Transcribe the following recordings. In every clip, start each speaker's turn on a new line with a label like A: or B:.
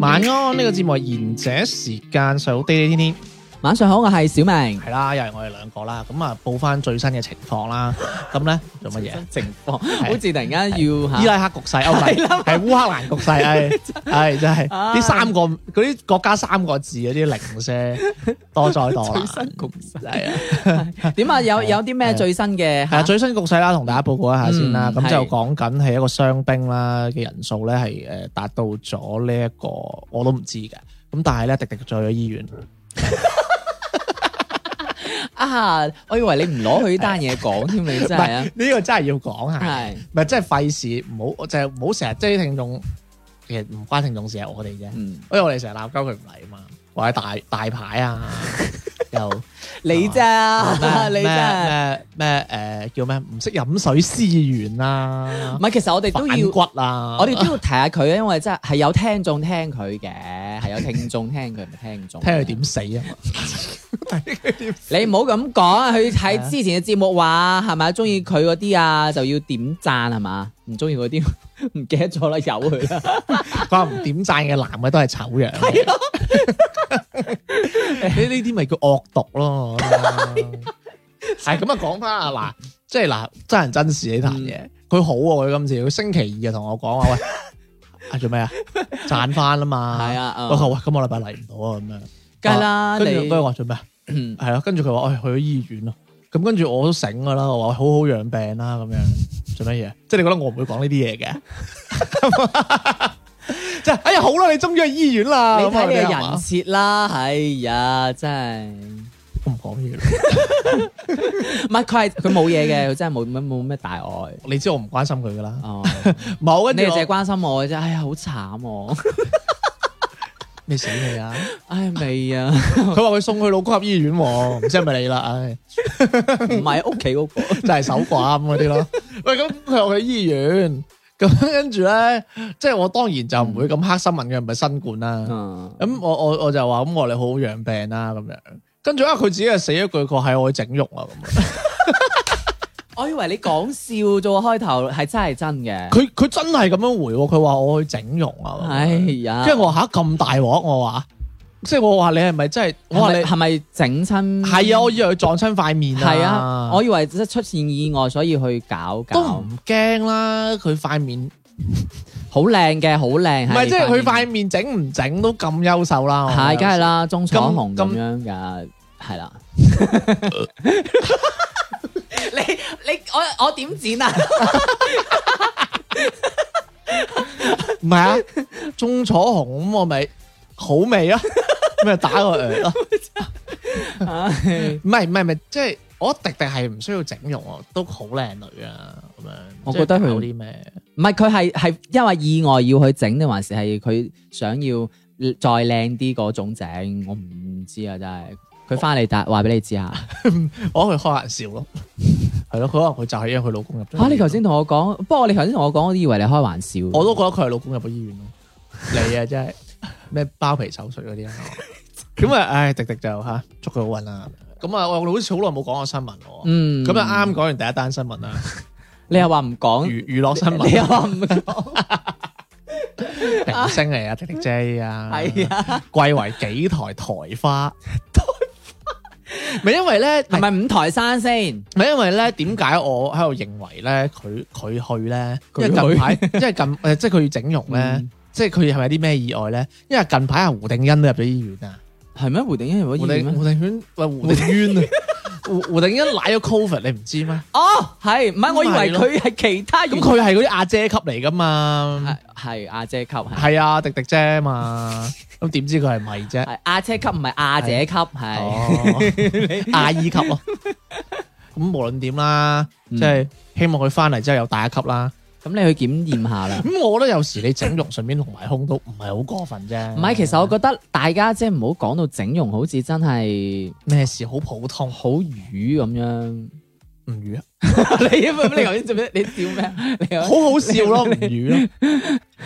A: 晚安呢個節目係賢者時間，細佬爹哋天天
B: 晚上好，我係小明。
A: 係啦，又係我哋兩個啦。咁啊，報翻最新嘅情況啦。咁咧做乜嘢？
B: 情況好似突然間要
A: 伊
B: 嚇，
A: 拉克局勢，歐係係烏克蘭局勢，係係真係呢三個嗰啲國家三個字嗰啲零啫，多災多難。
B: 局
A: 係啊。
B: 勢點啊？有有啲咩
A: 係
B: 最新嘅
A: 係啊，
B: 嚇？
A: 最新局勢啦，同大家報告一下先啦。
B: 嗯
A: 咁就
B: 係
A: 講緊係一個傷兵啦嘅人數咧，係誒達到咗呢一個我都唔知嘅。咁但係咧，迪迪就去咗醫院，
B: 啊！我以為你唔攞佢呢單嘢講添，你真係啊！
A: 呢個真係要講下，
B: 係
A: 唔係真係費事，唔好就係唔好成日即係啲聽眾，其實唔關聽眾事，係我哋啫。
B: 嗯，
A: 因為我哋成日鬧交佢唔嚟啊嘛，或者大大牌啊， 又
B: 你咋？
A: 咩
B: 啊 你咋？
A: 咩咩咩誒叫咩唔識飲水思源啊
B: 唔，係，其實我哋嗯都要
A: 反。骨啊，
B: 我哋都要提下佢，因為真係係有聽眾聽佢嘅，係有聽眾聽佢，唔係聽眾。
A: 聽佢點死啊！
B: 你唔好咁講啊！佢喺之前嘅節目話係咪中意佢嗰啲啊，就要點讚係嘛？唔中意嗰啲 唔記得咗啦，由佢 啦。
A: 佢話唔點讚嘅男嘅都係醜樣，係
B: 啊
A: 咯，呢呢啲咪叫惡毒咯。
B: 啊
A: 係咁啊，講翻啊，嗱，即係嗱，真人真事呢壇嘢，
B: 嗯
A: 佢好喎，佢今次佢星期二就同我講話， 喂，啊做咩啊？賺翻啦嘛，
B: 係啊
A: 我
B: 嗯
A: 話喂，今個禮拜嚟唔到啊，咁樣，
B: 梗係啦，
A: 跟住
B: 你嗯
A: 跟住我話做咩啊？係啊，跟住佢話，我去咗醫院咯。咁跟住我都醒噶啦，我話好好養病啦，咁樣做乜嘢？即係你覺得我唔會講呢啲嘢 嘅？ 即係哎呀，好啦，你終於去醫院啦。
B: 你
A: 咁啊
B: 睇你嘅
A: 係
B: 人
A: 嘛
B: 設啦，哎呀，真係
A: 我唔講嘢啦。
B: 唔係佢係佢冇嘢嘅，佢真係冇乜冇咩大礙。
A: 你知我唔關心佢噶啦。
B: 哦，
A: 冇 跟
B: 你
A: 住
B: 哋淨係
A: 我
B: 關心我嘅啫，哎呀，好慘我，
A: 你死你啊！
B: 唉，未啊，
A: 佢話佢送佢老公入醫院喎，唔知係咪你啦？唉，
B: 唔係屋企嗰個。
A: 真係手掛咁嗰啲咯。喂，咁佢又去醫院，咁跟住咧，即係我當然就唔會咁黑心問佢係咪新冠啦。
B: 嗯
A: 咁我我我就話咁我哋好好養病啦咁樣，跟住啊佢自己就死一句佢話係我去整容啊咁樣，
B: 我以為你講笑啫喎，開頭係真係真嘅。
A: 佢佢真係咁樣回喎，佢話我去整容啊，
B: 哎
A: 咁樣
B: 呀，
A: 跟住我話吓咁大鑊，我話即係我話你係咪真係，我
B: 我
A: 話
B: 話你
A: 你
B: 係咪整親？
A: 係啊，我以為佢撞親塊面啊，
B: 嗯係啊，我以為即係出現意外，所以去搞
A: 都
B: 搞
A: 唔。驚啦，佢塊面唔
B: 好靚嘅，好靚。
A: 係即係佢塊
B: 塊
A: 面整唔整都咁優秀啦，我
B: 係梗係啦，中彩
A: 咁
B: 虹咁
A: 咁
B: 樣㗎，係啦。 你你我我點剪啊？
A: 唔係啊，中楚紅咁我咪好味 啊，咪打個誒咯。唔係唔係唔係，即係我迪迪係唔需要整容啊，都好靚女啊咁樣。
B: 我覺得佢
A: 即係搞啲咩？
B: 唔係佢係係因為意外要去整定還是係佢想要再靚啲嗰種整？我唔知啊，真係。佢翻嚟答話俾你知 啊！
A: 我覺得佢開玩笑 咯，係咯，佢可能佢就係因為佢老公入咗醫院。
B: 嚇你頭先同我講，不過你頭先同我講，我以為你開玩笑。
A: 我都覺得佢係老公入咗醫院 咯。你啊，真係咩包皮手術嗰啲啊？咁啊，唉，迪迪就吓祝佢好運啦。咁啊，我好似好耐冇講過新聞喎。
B: 嗯
A: 咁啊，啱講完第一單新聞啦，
B: 你又話唔講，
A: 娛娛樂新
B: 你又
A: 聞，
B: 話唔講，
A: 明星嚟啊，迪迪姐啊，
B: 係啊，
A: 貴為幾台 台花。咪因為咧，
B: 係咪五台山先？
A: 咪因為咧，點解我喺度認為咧，佢佢去咧，因
B: 佢
A: 為近
B: 去
A: 排，因為近 誒，即係佢要整容咧
B: 嗯，
A: 即係佢係咪有啲咩意外咧？因為近排啊，胡定欣都入咗醫院啊，
B: 係咩？胡定欣入
A: 胡
B: 咗醫院
A: 定
B: 咩？
A: 胡定欣喂胡定淵啊， 胡胡定欣舐咗 covid，你唔知咩？
B: 哦，係唔係？我以為佢係其他
A: 咁
B: 原
A: 佢係嗰啲阿姐級嚟噶嘛
B: 係，係阿姐級，係
A: 係啊，迪迪姐嘛，咁點知佢係咪啫？
B: 係阿姐級，唔係阿姐級，係
A: 哦，阿姨級咯，咁無論點啦，
B: 嗯
A: 即係希望佢翻嚟之後有大一級啦。
B: 咁你去檢驗下 啦。
A: 咁我覺得有時你整容順便隆埋胸都唔係好過分啫。
B: 唔係，其實我覺得大家即係唔好講到整容，好似真係
A: 咩事好普通，
B: 好魚咁樣。
A: 唔語啊，
B: 你你頭先做咩？你笑咩？你
A: 好好笑咯，唔語 咯。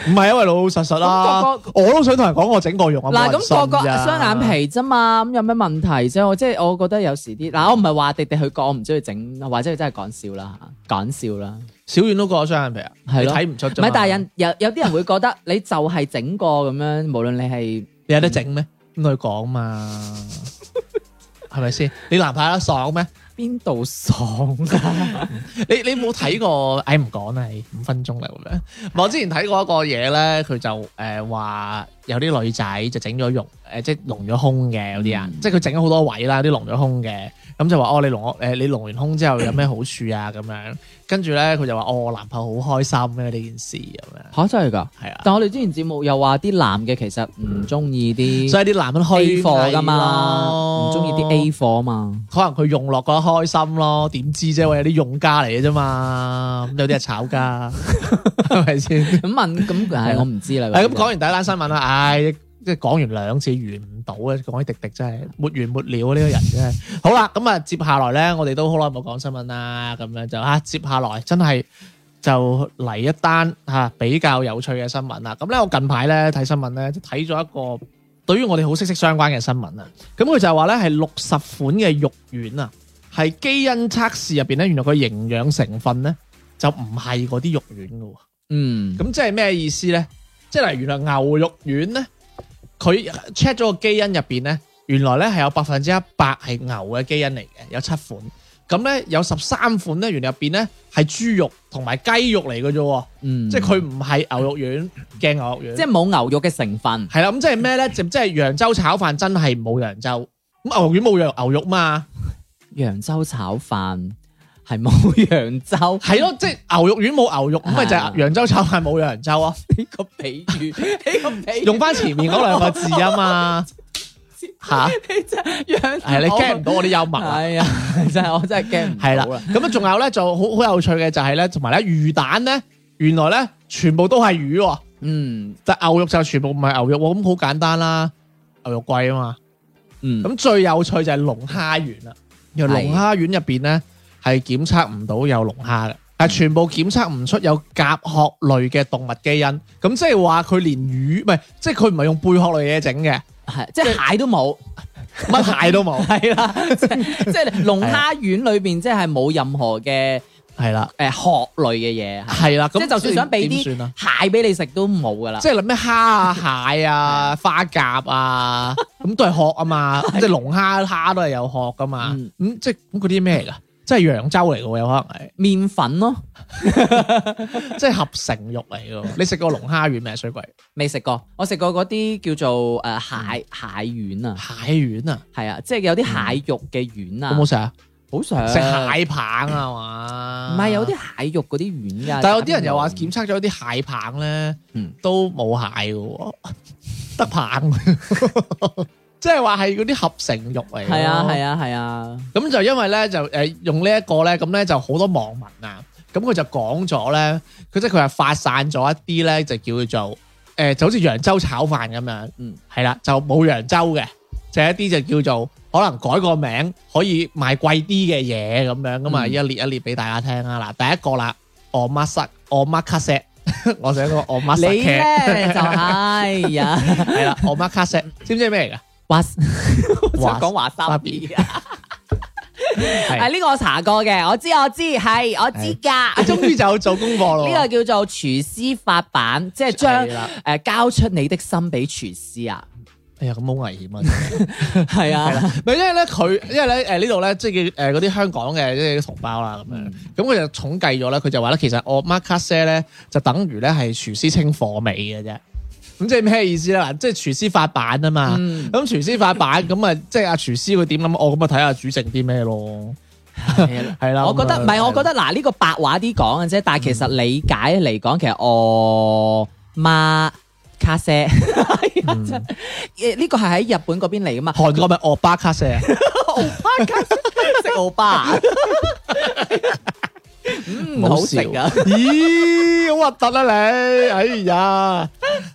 A: 唔係因為老老實實啦
B: 咁個，
A: 我都想同人講我整過容啊。冇
B: 嗱
A: 人
B: 咁個個
A: 信咋
B: 雙眼皮啫嘛，咁有咩問題啫？我即係我覺得有時啲嗱，我唔係話迪迪去講，我唔中意整，或者佢真係講笑啦，講笑啦。
A: 小遠都過咗雙眼皮啊，
B: 係
A: 你
B: 咯
A: 睇唔出
B: 唔
A: 啫嘛。
B: 係，但係人有有啲人會覺得你就係整過咁樣，無論你係
A: 你有得整咩？咁佢講嘛，係咪先？你男排得爽咩？
B: 邊度爽啊，
A: 你你冇睇過？唉，唔講啦，唉五分鐘啦咁樣。我之前睇過一個嘢咧，佢就誒話、有啲女仔就整咗容，誒、呃即係隆咗胸嘅有啲
B: 嗯
A: 人，即係佢整咗好多位啦，有啲隆咗胸嘅，咁就話哦，你隆我誒你隆完胸之後有咩好處啊咁樣，跟住咧佢就話哦，我男朋友好開心嘅呢件事咁樣，
B: 嚇真係㗎！
A: 係啊，
B: 但我哋之前節目又話啲男嘅其實唔中意啲
A: 所以啲男人虛
B: A 貨㗎
A: 偽咯
B: 嘛，唔中意啲 A 貨啊嘛。
A: 可能佢用落覺得開心咯，點知啫？我有啲用家嚟嘅啫嘛，咁有啲係炒家，係咪先？
B: 咁問咁 係我唔知啦。
A: 係咁講完第一單新聞啦，唉，即係講完兩次完唔到啊！講起迪迪真係沒完沒了啊！呢個人真係好啦，咁啊接下來咧，我哋都好耐冇講新聞啦，咁樣就啊接下來真係就嚟一單嚇、啊比較有趣嘅新聞啦。咁咧我近排咧睇新聞咧就睇咗一個對於我哋好息息相關嘅新聞啊。咁佢就係話咧係六十款嘅肉丸啊，係基因測試入邊咧，原來佢營養成分咧就唔係嗰啲肉丸嘅喎。
B: 嗯，
A: 咁即係咩意思咧？即係例如原來牛肉丸咧，佢 check 咗個基因入邊咧，原來咧係有百分之一百係牛嘅基因嚟嘅，有七款。咁咧有十三款咧，原來入邊咧係豬肉同埋雞肉嚟嘅啫喎，
B: 嗯
A: 即係佢唔係牛肉丸嘅牛肉丸。
B: 即係冇牛肉嘅成分。
A: 係啦，咁即係咩咧？就即係揚州炒飯真係冇揚州，咁牛肉丸冇羊牛肉嘛，
B: 揚州炒飯係冇揚州，
A: 係咯，即係牛肉丸冇牛肉，咁咪就係
B: 啊
A: 揚州炒飯冇揚州咯。
B: 呢個比 喻，呢個比喻
A: 用翻前面嗰兩個字啊嘛，吓。
B: 你真係揚
A: 係你 get 唔到我啲幽默啊！
B: 係啊，真係我真係 get 唔
A: 係啦
B: 到，
A: 咁啊仲有咧就好好有趣嘅就係咧，同埋咧魚蛋咧，原來咧全部都係魚喎，
B: 嗯
A: 但牛肉就全部唔係牛肉喎，咁好簡單啦，牛肉貴啊嘛。
B: 嗯，咁
A: 咁最有趣就係龍蝦丸啦，原來龍蝦丸入邊咧係檢測唔到有龍蝦嘅。係全部檢測唔出有甲殼類嘅動物基因，咁即係話佢連魚唔係，即係佢唔係用貝殼類嘢整嘅，
B: 係即係蟹都冇，
A: 乜蟹都 冇，
B: 係啦，即係即係龍蝦丸裏邊即係冇任何嘅
A: 係啦，
B: 誒殼類嘅嘢，
A: 係啦，咁
B: 即係就算想俾
A: 點算啊
B: 啲蟹俾你食都冇噶啦
A: 即。係諗咩蝦啊、蟹
B: 嗯
A: 啊、花甲啊，咁都係殼啊 嘛，咁即係龍蝦蝦都係有殼噶嘛，
B: 嗯
A: 咁即係咁嗰啲咩嚟噶？即係揚州嚟嘅喎，有可能係，
B: 麵粉咯，
A: 即係合成肉嚟嘅喎。你食過龍蝦丸咩？水鬼
B: 未食過，我食過嗰啲叫做誒
A: 嗯
B: 蟹蟹丸啊，
A: 蟹丸啊，
B: 係啊，即係有啲蟹肉嘅丸
A: 好
B: 啊，
A: 唔好食啊？
B: 好想
A: 食蟹棒啊嘛，
B: 唔係有啲蟹肉嗰啲丸㗎，
A: 但係有啲人又話檢測咗啲蟹棒咧
B: 嗯，
A: 都冇蟹嘅喎， 得棒， 即係話係嗰啲合成肉嚟。
B: 係啊係
A: 啊。
B: 啊係啊，
A: 咁就因為咧就誒、呃用呢一個咧，咁咧就好多網民啊，咁佢就講咗咧，佢即係佢係發散咗一啲咧，就叫做誒、呃就好似揚州炒飯咁樣，
B: 嗯，
A: 係啦，就冇揚州嘅，就一啲就叫做可能改個名可以賣貴啲嘅嘢咁樣咁啊，
B: 嗯
A: 一列一列俾大家聽啊，嗱，第一個啦 o m a s a o m a k a s e 我想個 o m a
B: 你
A: s a
B: 咧就係啊呀，
A: 係啦 o m a k a s e 知唔知係咩嚟㗎？
B: 話想講話沙比 啊，
A: 係
B: 係呢個我查過嘅，我知我知係我知 㗎，
A: 終於就做功課咯喎，
B: 呢個叫做廚師法版，即係將
A: 係啦
B: 誒交出你的心俾廚師啊，
A: 哎呀，咁好危險啊！
B: 係啊，
A: 唔係因為咧佢，因為咧誒呢度咧，即係誒嗰啲香港嘅即係同胞啦
B: 嗯
A: 咁樣，咁佢就統計咗咧，佢就話咧，其實我 m a r k a s e 咧就等於咧係廚師清貨尾嘅啫。咁即係咩意思咧？嗱，即係廚師發版啊嘛。
B: 嗯
A: 咁廚師發版咁啊，即係阿廚師佢點諗？我咁啊睇下主政啲咩咯。 係啦，嗯
B: 我覺得
A: 咁啊
B: 唔係，我覺得嗱呢個白哦話啲講嘅啫，但係其實理解嚟講，其實我媽卡啡，
A: 嗯
B: 誒呢個係喺日本嗰邊嚟噶嘛？啊
A: 韓國咪惡巴卡 西啊？
B: 食奧 巴，嗯，好食啊！
A: 咦，好核突啊你！哎 呀，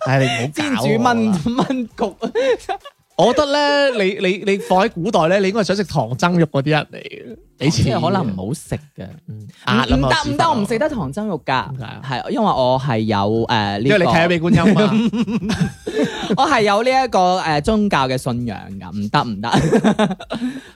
A: 唉，你唔好
B: 煎
A: 搞
B: 煮
A: 我啊
B: 炆
A: 啦
B: 炆
A: 啊
B: 焗，
A: 我覺得咧，你你你放喺古代咧，你應該係想食唐僧肉嗰啲人嚟嘅，俾
B: 哦即
A: 錢
B: 係可能唔好食嘅。
A: 嗯壓啊
B: 唔唔
A: 嘛
B: 得唔得，我唔食，得唐僧肉噶
A: 點解啊，
B: 係因為我係有誒
A: 因為你睇
B: 呢
A: 俾觀音 嘛，
B: 個，我係有呢一個誒宗教嘅信仰噶，唔得 唔得，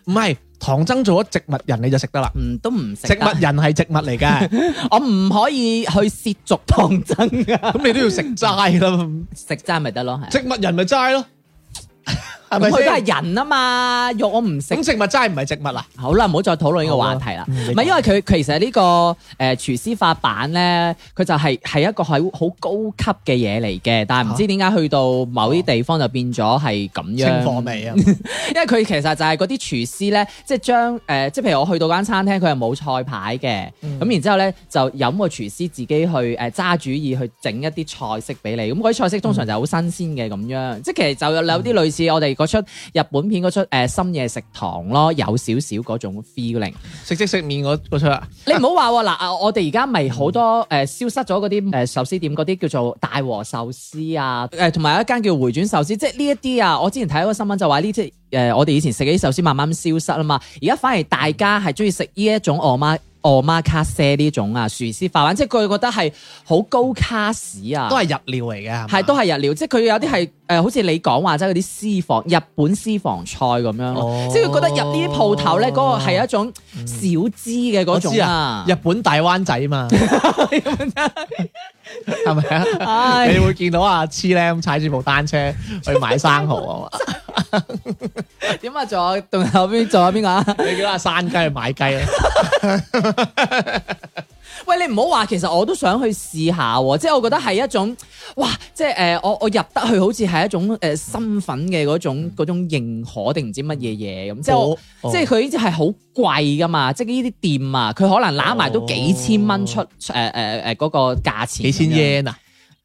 A: 唔係唐僧做咗植物人你就食得啦，
B: 唔嗯都唔食
A: 植物
B: 得，
A: 人係植物嚟 嘅，
B: 我唔可以去褻瀆唐僧噶，
A: 咁你都要食齋啦，
B: 食齋咪得咯，係
A: 植物人咪齋咯，係
B: 咁
A: 咪
B: 佢都
A: 先？
B: 係人啊嘛，肉我唔食
A: 咁。植物齋唔係植物啊？
B: 好啦，唔好再討論呢個話題啦。
A: 好啊嗯
B: 唔係因為佢佢其實呢、個誒、呃、廚師法版咧，佢就係、係一個係好高級嘅嘢嚟嘅，但係唔知點解去到某啲地方就變咗係咁樣。
A: 清貨味 啊！
B: 因為佢其實就係嗰啲廚師咧，即係將誒、呃即係譬如我去到間餐廳，佢係冇菜牌嘅，咁、然之後咧就飲個廚師自己去誒揸、主意去整一啲菜式俾你，咁嗰啲菜式通常就好新鮮嘅咁樣，即係其實就有有啲類似我哋嗰出日本片嗰出誒、呃深夜食堂咯，有少少嗰種 feeling。
A: 食即食麵嗰嗰出啊，
B: 你唔好話喎，嗱啊，我哋而家咪好多誒消失咗嗰啲誒壽司店嗰啲叫做大和壽司啊，誒同埋有一間叫回轉壽司，即係呢一啲啊，我之前睇嗰個新聞就話呢啲誒我哋以前食嘅啲壽司慢慢消失啊嘛，而家反而大家係中意食呢一種呃我媽我媽卡西呢種啊，廚師飯，即係佢覺得係好高卡士啊
A: 都。係日料嚟嘅，
B: 係都
A: 係
B: 係日料，即係佢有啲係誒，好似你講話齋嗰啲私房日本私房菜咁樣咯，
A: 哦嗯
B: 即係佢覺得入呢啲鋪頭咧，嗰、個係一種小資嘅嗰
A: 我
B: 種
A: 知
B: 啊
A: 啊，日本大灣仔 嘛，係咪啊？
B: 唉
A: 你會見到阿黐咧咁踩住部單車去買生蠔啊嘛，
B: 點啊？仲有仲有邊仲有邊個啊？
A: 你叫阿山雞去買雞咧，
B: 喂，你唔好話，其實我都想去試下喎，即係我覺得係一種哇，即係誒、呃我我入得去好似係一種誒、呃身份嘅嗰種嗰種認可定唔知乜嘢嘢咁，即係我、
A: 哦
B: 即係佢呢啲係嗯好貴噶嘛，即係呢啲店啊，佢可能揦埋都幾千蚊出誒誒誒嗰個價錢咁樣，
A: 幾千 yen 啊，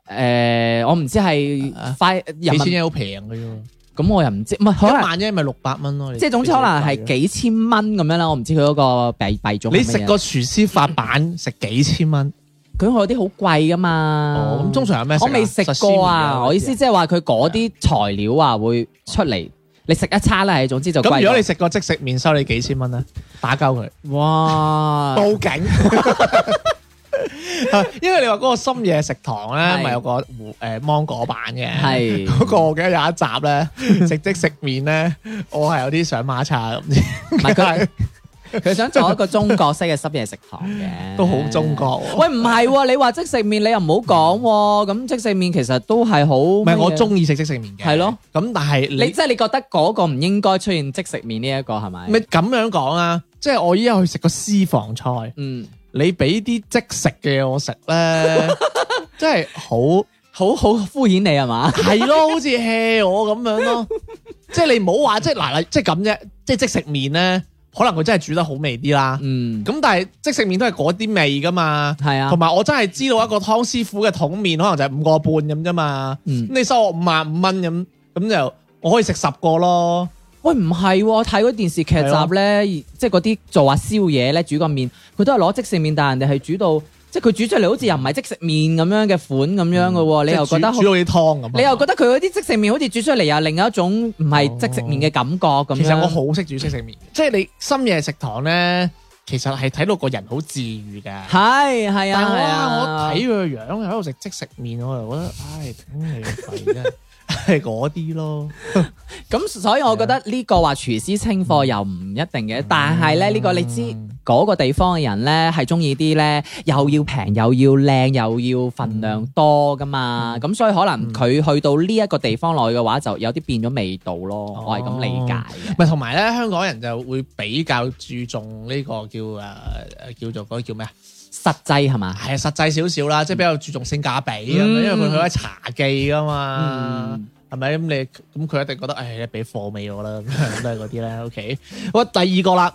B: 誒、我唔知係快
A: 幾
B: 人
A: 千
B: 民，
A: yen 好平嘅啫
B: 咁我又唔知，唔係可
A: 喎，一
B: 能。
A: 萬 yen 咪六百蚊咯，你
B: 即係總之可能
A: Dạ.
B: 係幾千蚊咁樣啦，我唔知佢嗰個幣幣種係乜嘢。
A: 你食個廚師法版食幾千蚊，
B: 佢嗰啲好貴噶嘛。
A: 哦咁通常有咩食啊？
B: 我未食過
A: Sashimi
B: 啊！我意
A: Dạ.
B: 思即係話佢嗰啲材料啊會出嚟，你食一餐啦，係總之就貴咗。
A: 咁如果你食個即食麵收你幾千蚊咧，打交佢。
B: 哇，
A: 報 警。因為你話嗰個深夜食堂咧，
B: 係
A: 咪有個胡誒芒果版嘅，
B: 係
A: 嗰個我記得有一集咧，食即食麵咧， 我係有啲想馬叉咁，
B: 唔係佢佢想做一個中國式嘅深夜食堂嘅，
A: 都好中。國喎。
B: 嗯喂，唔係喎，你話即食麵你又唔好講喎，咁即食麵其實都係好
A: 唔
B: 唔
A: 係我中意食即食麵嘅，
B: 係咯。
A: 咁但係
B: 你，
A: 你
B: 即係你覺得嗰個唔應該出現即食麵呢一個係咪？
A: 咪咁樣講啊？即係我依家去食個私房菜，
B: 嗯，
A: 你俾啲即食嘅我食 咧，真係好。
B: 好好敷衍你係嘛？
A: 係咯，好似 hea 我咁樣 咯。即係你唔好話，即係嗱嗱，即係咁啫。即係即食麵咧，可能佢真係煮得好味啲啦。
B: 嗯，
A: 咁、但係即食麵都係嗰啲味噶嘛。
B: 係啊
A: 同，埋我真係知道一個湯師傅嘅桶麵可能就係五個半咁啫嘛。
B: 嗯
A: 咁、。你收我五萬五蚊咁，咁就我可以食十個咯。
B: 喂，唔係喎，我睇嗰啲電視劇
A: 係啊
B: 集咧，即係嗰啲做下宵夜咧，煮個麵，佢都係攞即食麵，但係人哋係煮到，即係佢煮出嚟好似又唔係即食麵咁樣嘅款咁樣嘅喎，你嗯又
A: 即係
B: 覺得
A: 煮煮到啲湯咁啊。
B: 你又覺得佢嗰啲即食麵好似煮出嚟又另一種唔係即食麵嘅感覺咁樣。
A: 其實我好識煮即食麵，即係你深夜食堂咧，其實係睇到個人好治愈㗎。
B: 係
A: 但
B: 係啊係
A: 哇！
B: 啊，
A: 我睇佢個樣喺度食即食麵，我就覺得唉，頂你個肺啫， 係嗰啲咯。
B: 咁所以我覺得呢個話廚師清貨又唔一定嘅，但係咧呢個你知嗰個地方嘅人咧係中意啲咧又要平又要靚又要份量多噶嘛，咁所以可能佢去到呢一個地方內嘅話，就有啲變咗味道咯，我係咁理解嘅。
A: 咪同埋咧，香港人就會比較注重呢個叫誒誒叫做嗰個叫咩啊？
B: 實際係嘛？
A: 係啊實際少少啦，即係比較注重性價比咁樣，因
B: 嗯
A: 為佢去開茶記噶嘛
B: 嗯，
A: 係咪咁你咁佢一定覺得唉，你俾貨尾我啦，咁樣都係嗰啲咧。OK，好，第二個啦，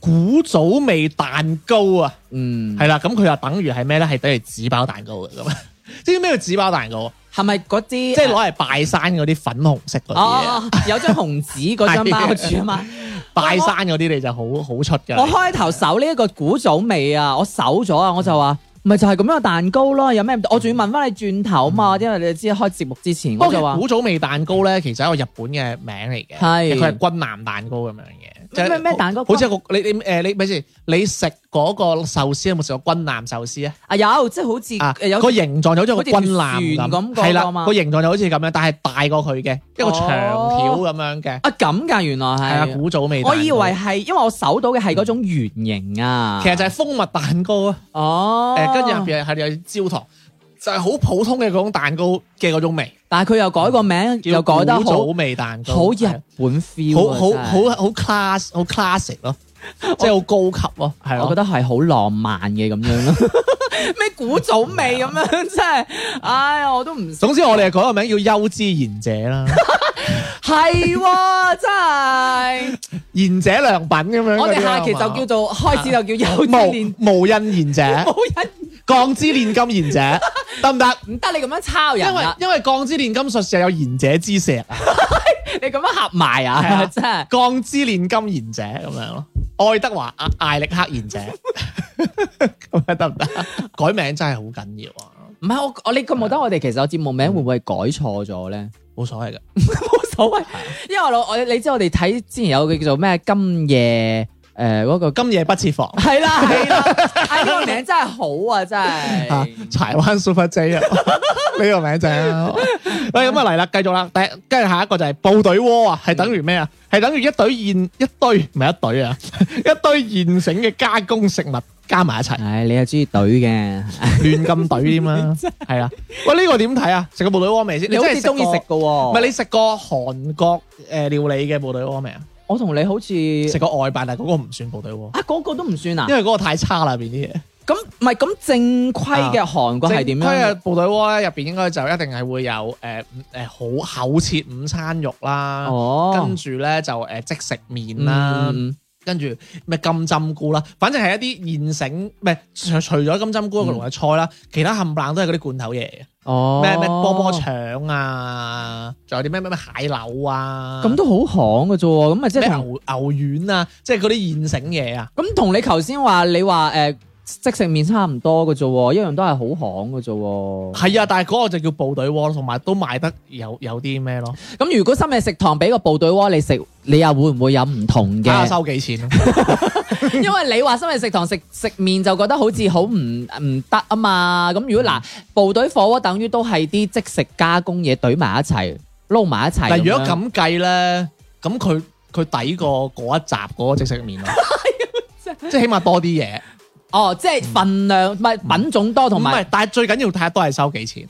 A: 古早味蛋糕啊！
B: 嗯，
A: 係啦，咁佢又等於係咩咧？係等於紙包蛋糕嘅咁啊， 知唔知咩叫紙包蛋糕？啊
B: 係咪嗰啲即
A: 即係攞嚟拜山嗰啲粉紅色嗰啲啊，
B: 哦，有張紅紙嗰 張包住啊嘛。
A: 拜山嗰啲你就好好出㗎啦。
B: 我開頭搜呢一個古早味啊，我搜咗
A: 嗯
B: 啊，我就話。咪就係咁樣嘅蛋糕咯，有咩唔同？我仲要問翻你轉頭啊嘛，因為你知開節目之前我
A: 嗯不
B: 就
A: 過
B: 話
A: 古早味蛋糕咧，其實係一個日本嘅名嚟嘅，
B: 係
A: 佢係軍南蛋糕咁樣嘅。即係
B: 咩咩蛋糕
A: 好似有個你你誒你咪先，你食嗰個壽司有冇食過軍艦壽司啊？
B: 啊有，即係好似
A: 啊，
B: 呃有
A: 個形狀就好似個軍
B: 好似條
A: 艦
B: 船咁
A: 咁，
B: 嗰個
A: 係啦
B: 嘛，
A: 個形狀就好似咁樣，但係大過佢嘅一個長條咁樣嘅，
B: 啊咁㗎，原來
A: 係啊，
B: 係。
A: 古早味蛋
B: 我
A: 糕。
B: 以為係，因為我搜到嘅係嗰種圓形啊。
A: 其實就係蜂蜜蛋糕啊，
B: 哦，
A: 誒，跟住入邊係有焦糖，就係好普通嘅嗰種蛋糕嘅嗰種味，
B: 但係佢又改個名，
A: 嗯叫
B: 又改得
A: 古早
B: 好
A: 味蛋糕，
B: 好
A: 係啊
B: 日本 feel，
A: 好
B: 啊
A: 好
B: 真係
A: 好好 class 好 classic 咯，即係好高級咯，係
B: 我
A: 咯
B: 覺。得係好浪漫嘅咁樣 咯，咩古早味咁樣，真係，唉，我都唔
A: 總之我哋改個名叫優之賢者 啦，
B: 係喎，真 係，
A: 賢者良品咁樣嗰啲啊嘛。
B: 我哋下期就叫做開始就叫有之年
A: 無 無印賢者，
B: 冇人，
A: 鋼之煉金賢者， 得唔得？
B: 唔得你咁樣抄人
A: 因為
B: 啦，
A: 因為鋼之煉金術就有賢者之石 啊，
B: 你咁樣合埋
A: 係
B: 啊，
A: 啊
B: 真係。
A: 鋼之煉金賢者咁樣咯，愛德華啊艾力克賢 者，咁樣得唔得？ 改名真係好緊要啊，
B: 唔係我我你覺唔覺得我哋其實個節目名會唔會改錯咗咧？
A: 冇所謂噶。
B: 冇所謂，因為我老我你知我哋睇之前有個叫做咩今夜誒嗰個
A: 今夜不設防
B: 係 啦係啦，啊呢個名真係好啊真
A: 啊
B: 係。，
A: 柴灣 Super J 啊，呢個名正啊。喂，咁啊嚟啦，繼續啦，第一跟住下一個就係部隊鍋
B: 嗯
A: 啊，係等於咩啊？係等於一堆現一堆唔係一堆啊， 一堆現成嘅加工食物加埋一 齊。
B: 唉，你係中意隊嘅，
A: 亂咁懟添 啦，係啦。喂，呢個點睇啊？食個部隊鍋未先？
B: 你好
A: 真
B: 似
A: 係過
B: 中意食嘅
A: 唔
B: 喎。
A: 係你食過韓國誒料理嘅部隊鍋未啊？
B: 我同你好似
A: 食過外賣，但係嗰個唔算部隊鍋，
B: 啊嗰個都唔算啊
A: 因。為嗰個太差啦，入邊啲嘢。
B: 咁唔係咁正規嘅韓國係點
A: 啊正規
B: 樣
A: 嘅？部隊鍋咧，入邊應該就一定係會有誒誒好厚切午餐肉啦，
B: 哦，
A: 啊跟住咧就誒即食麵啦，
B: 嗯
A: 跟住咩金針菇啦，反正係一啲現成，唔係除除咗金針菇同埋菜啦，其他冚唪唥都係嗰啲罐頭嘢。
B: 嗯哦
A: 咩咩波波，腸啊，仲有啲咩咩咩蟹柳啊，
B: 咁都好行嘅啫喎。咁啊咪即係
A: 咩
B: 同
A: 牛牛丸啊，即係嗰啲現成嘢啊，
B: 咁同你頭先話你話誒即食麵差唔多嘅啫喎，一樣都係好行嘅啫喎。
A: 係啊，但係嗰個就叫部隊鍋咯，同埋都賣得有有啲咩咯，
B: 咁如果深夜食堂俾個部隊鍋你食，你又會唔會有唔同
A: 睇下
B: 嘅？
A: 啊收幾錢咯，
B: 因為你話深夜食堂食食面就覺得好似好唔唔得啊嘛。咁如果嗱
A: 嗯
B: 部隊火鍋，等於都係啲即食加工嘢懟埋一齊撈埋一齊。
A: 嗱如果咁計咧，咁佢佢抵過嗰一集嗰個即食麵咯，即係起碼多啲嘢，
B: 哦，即係份量唔係品種多，
A: 嗯唔
B: 同埋
A: 係，但係最緊要睇下都係收幾 錢，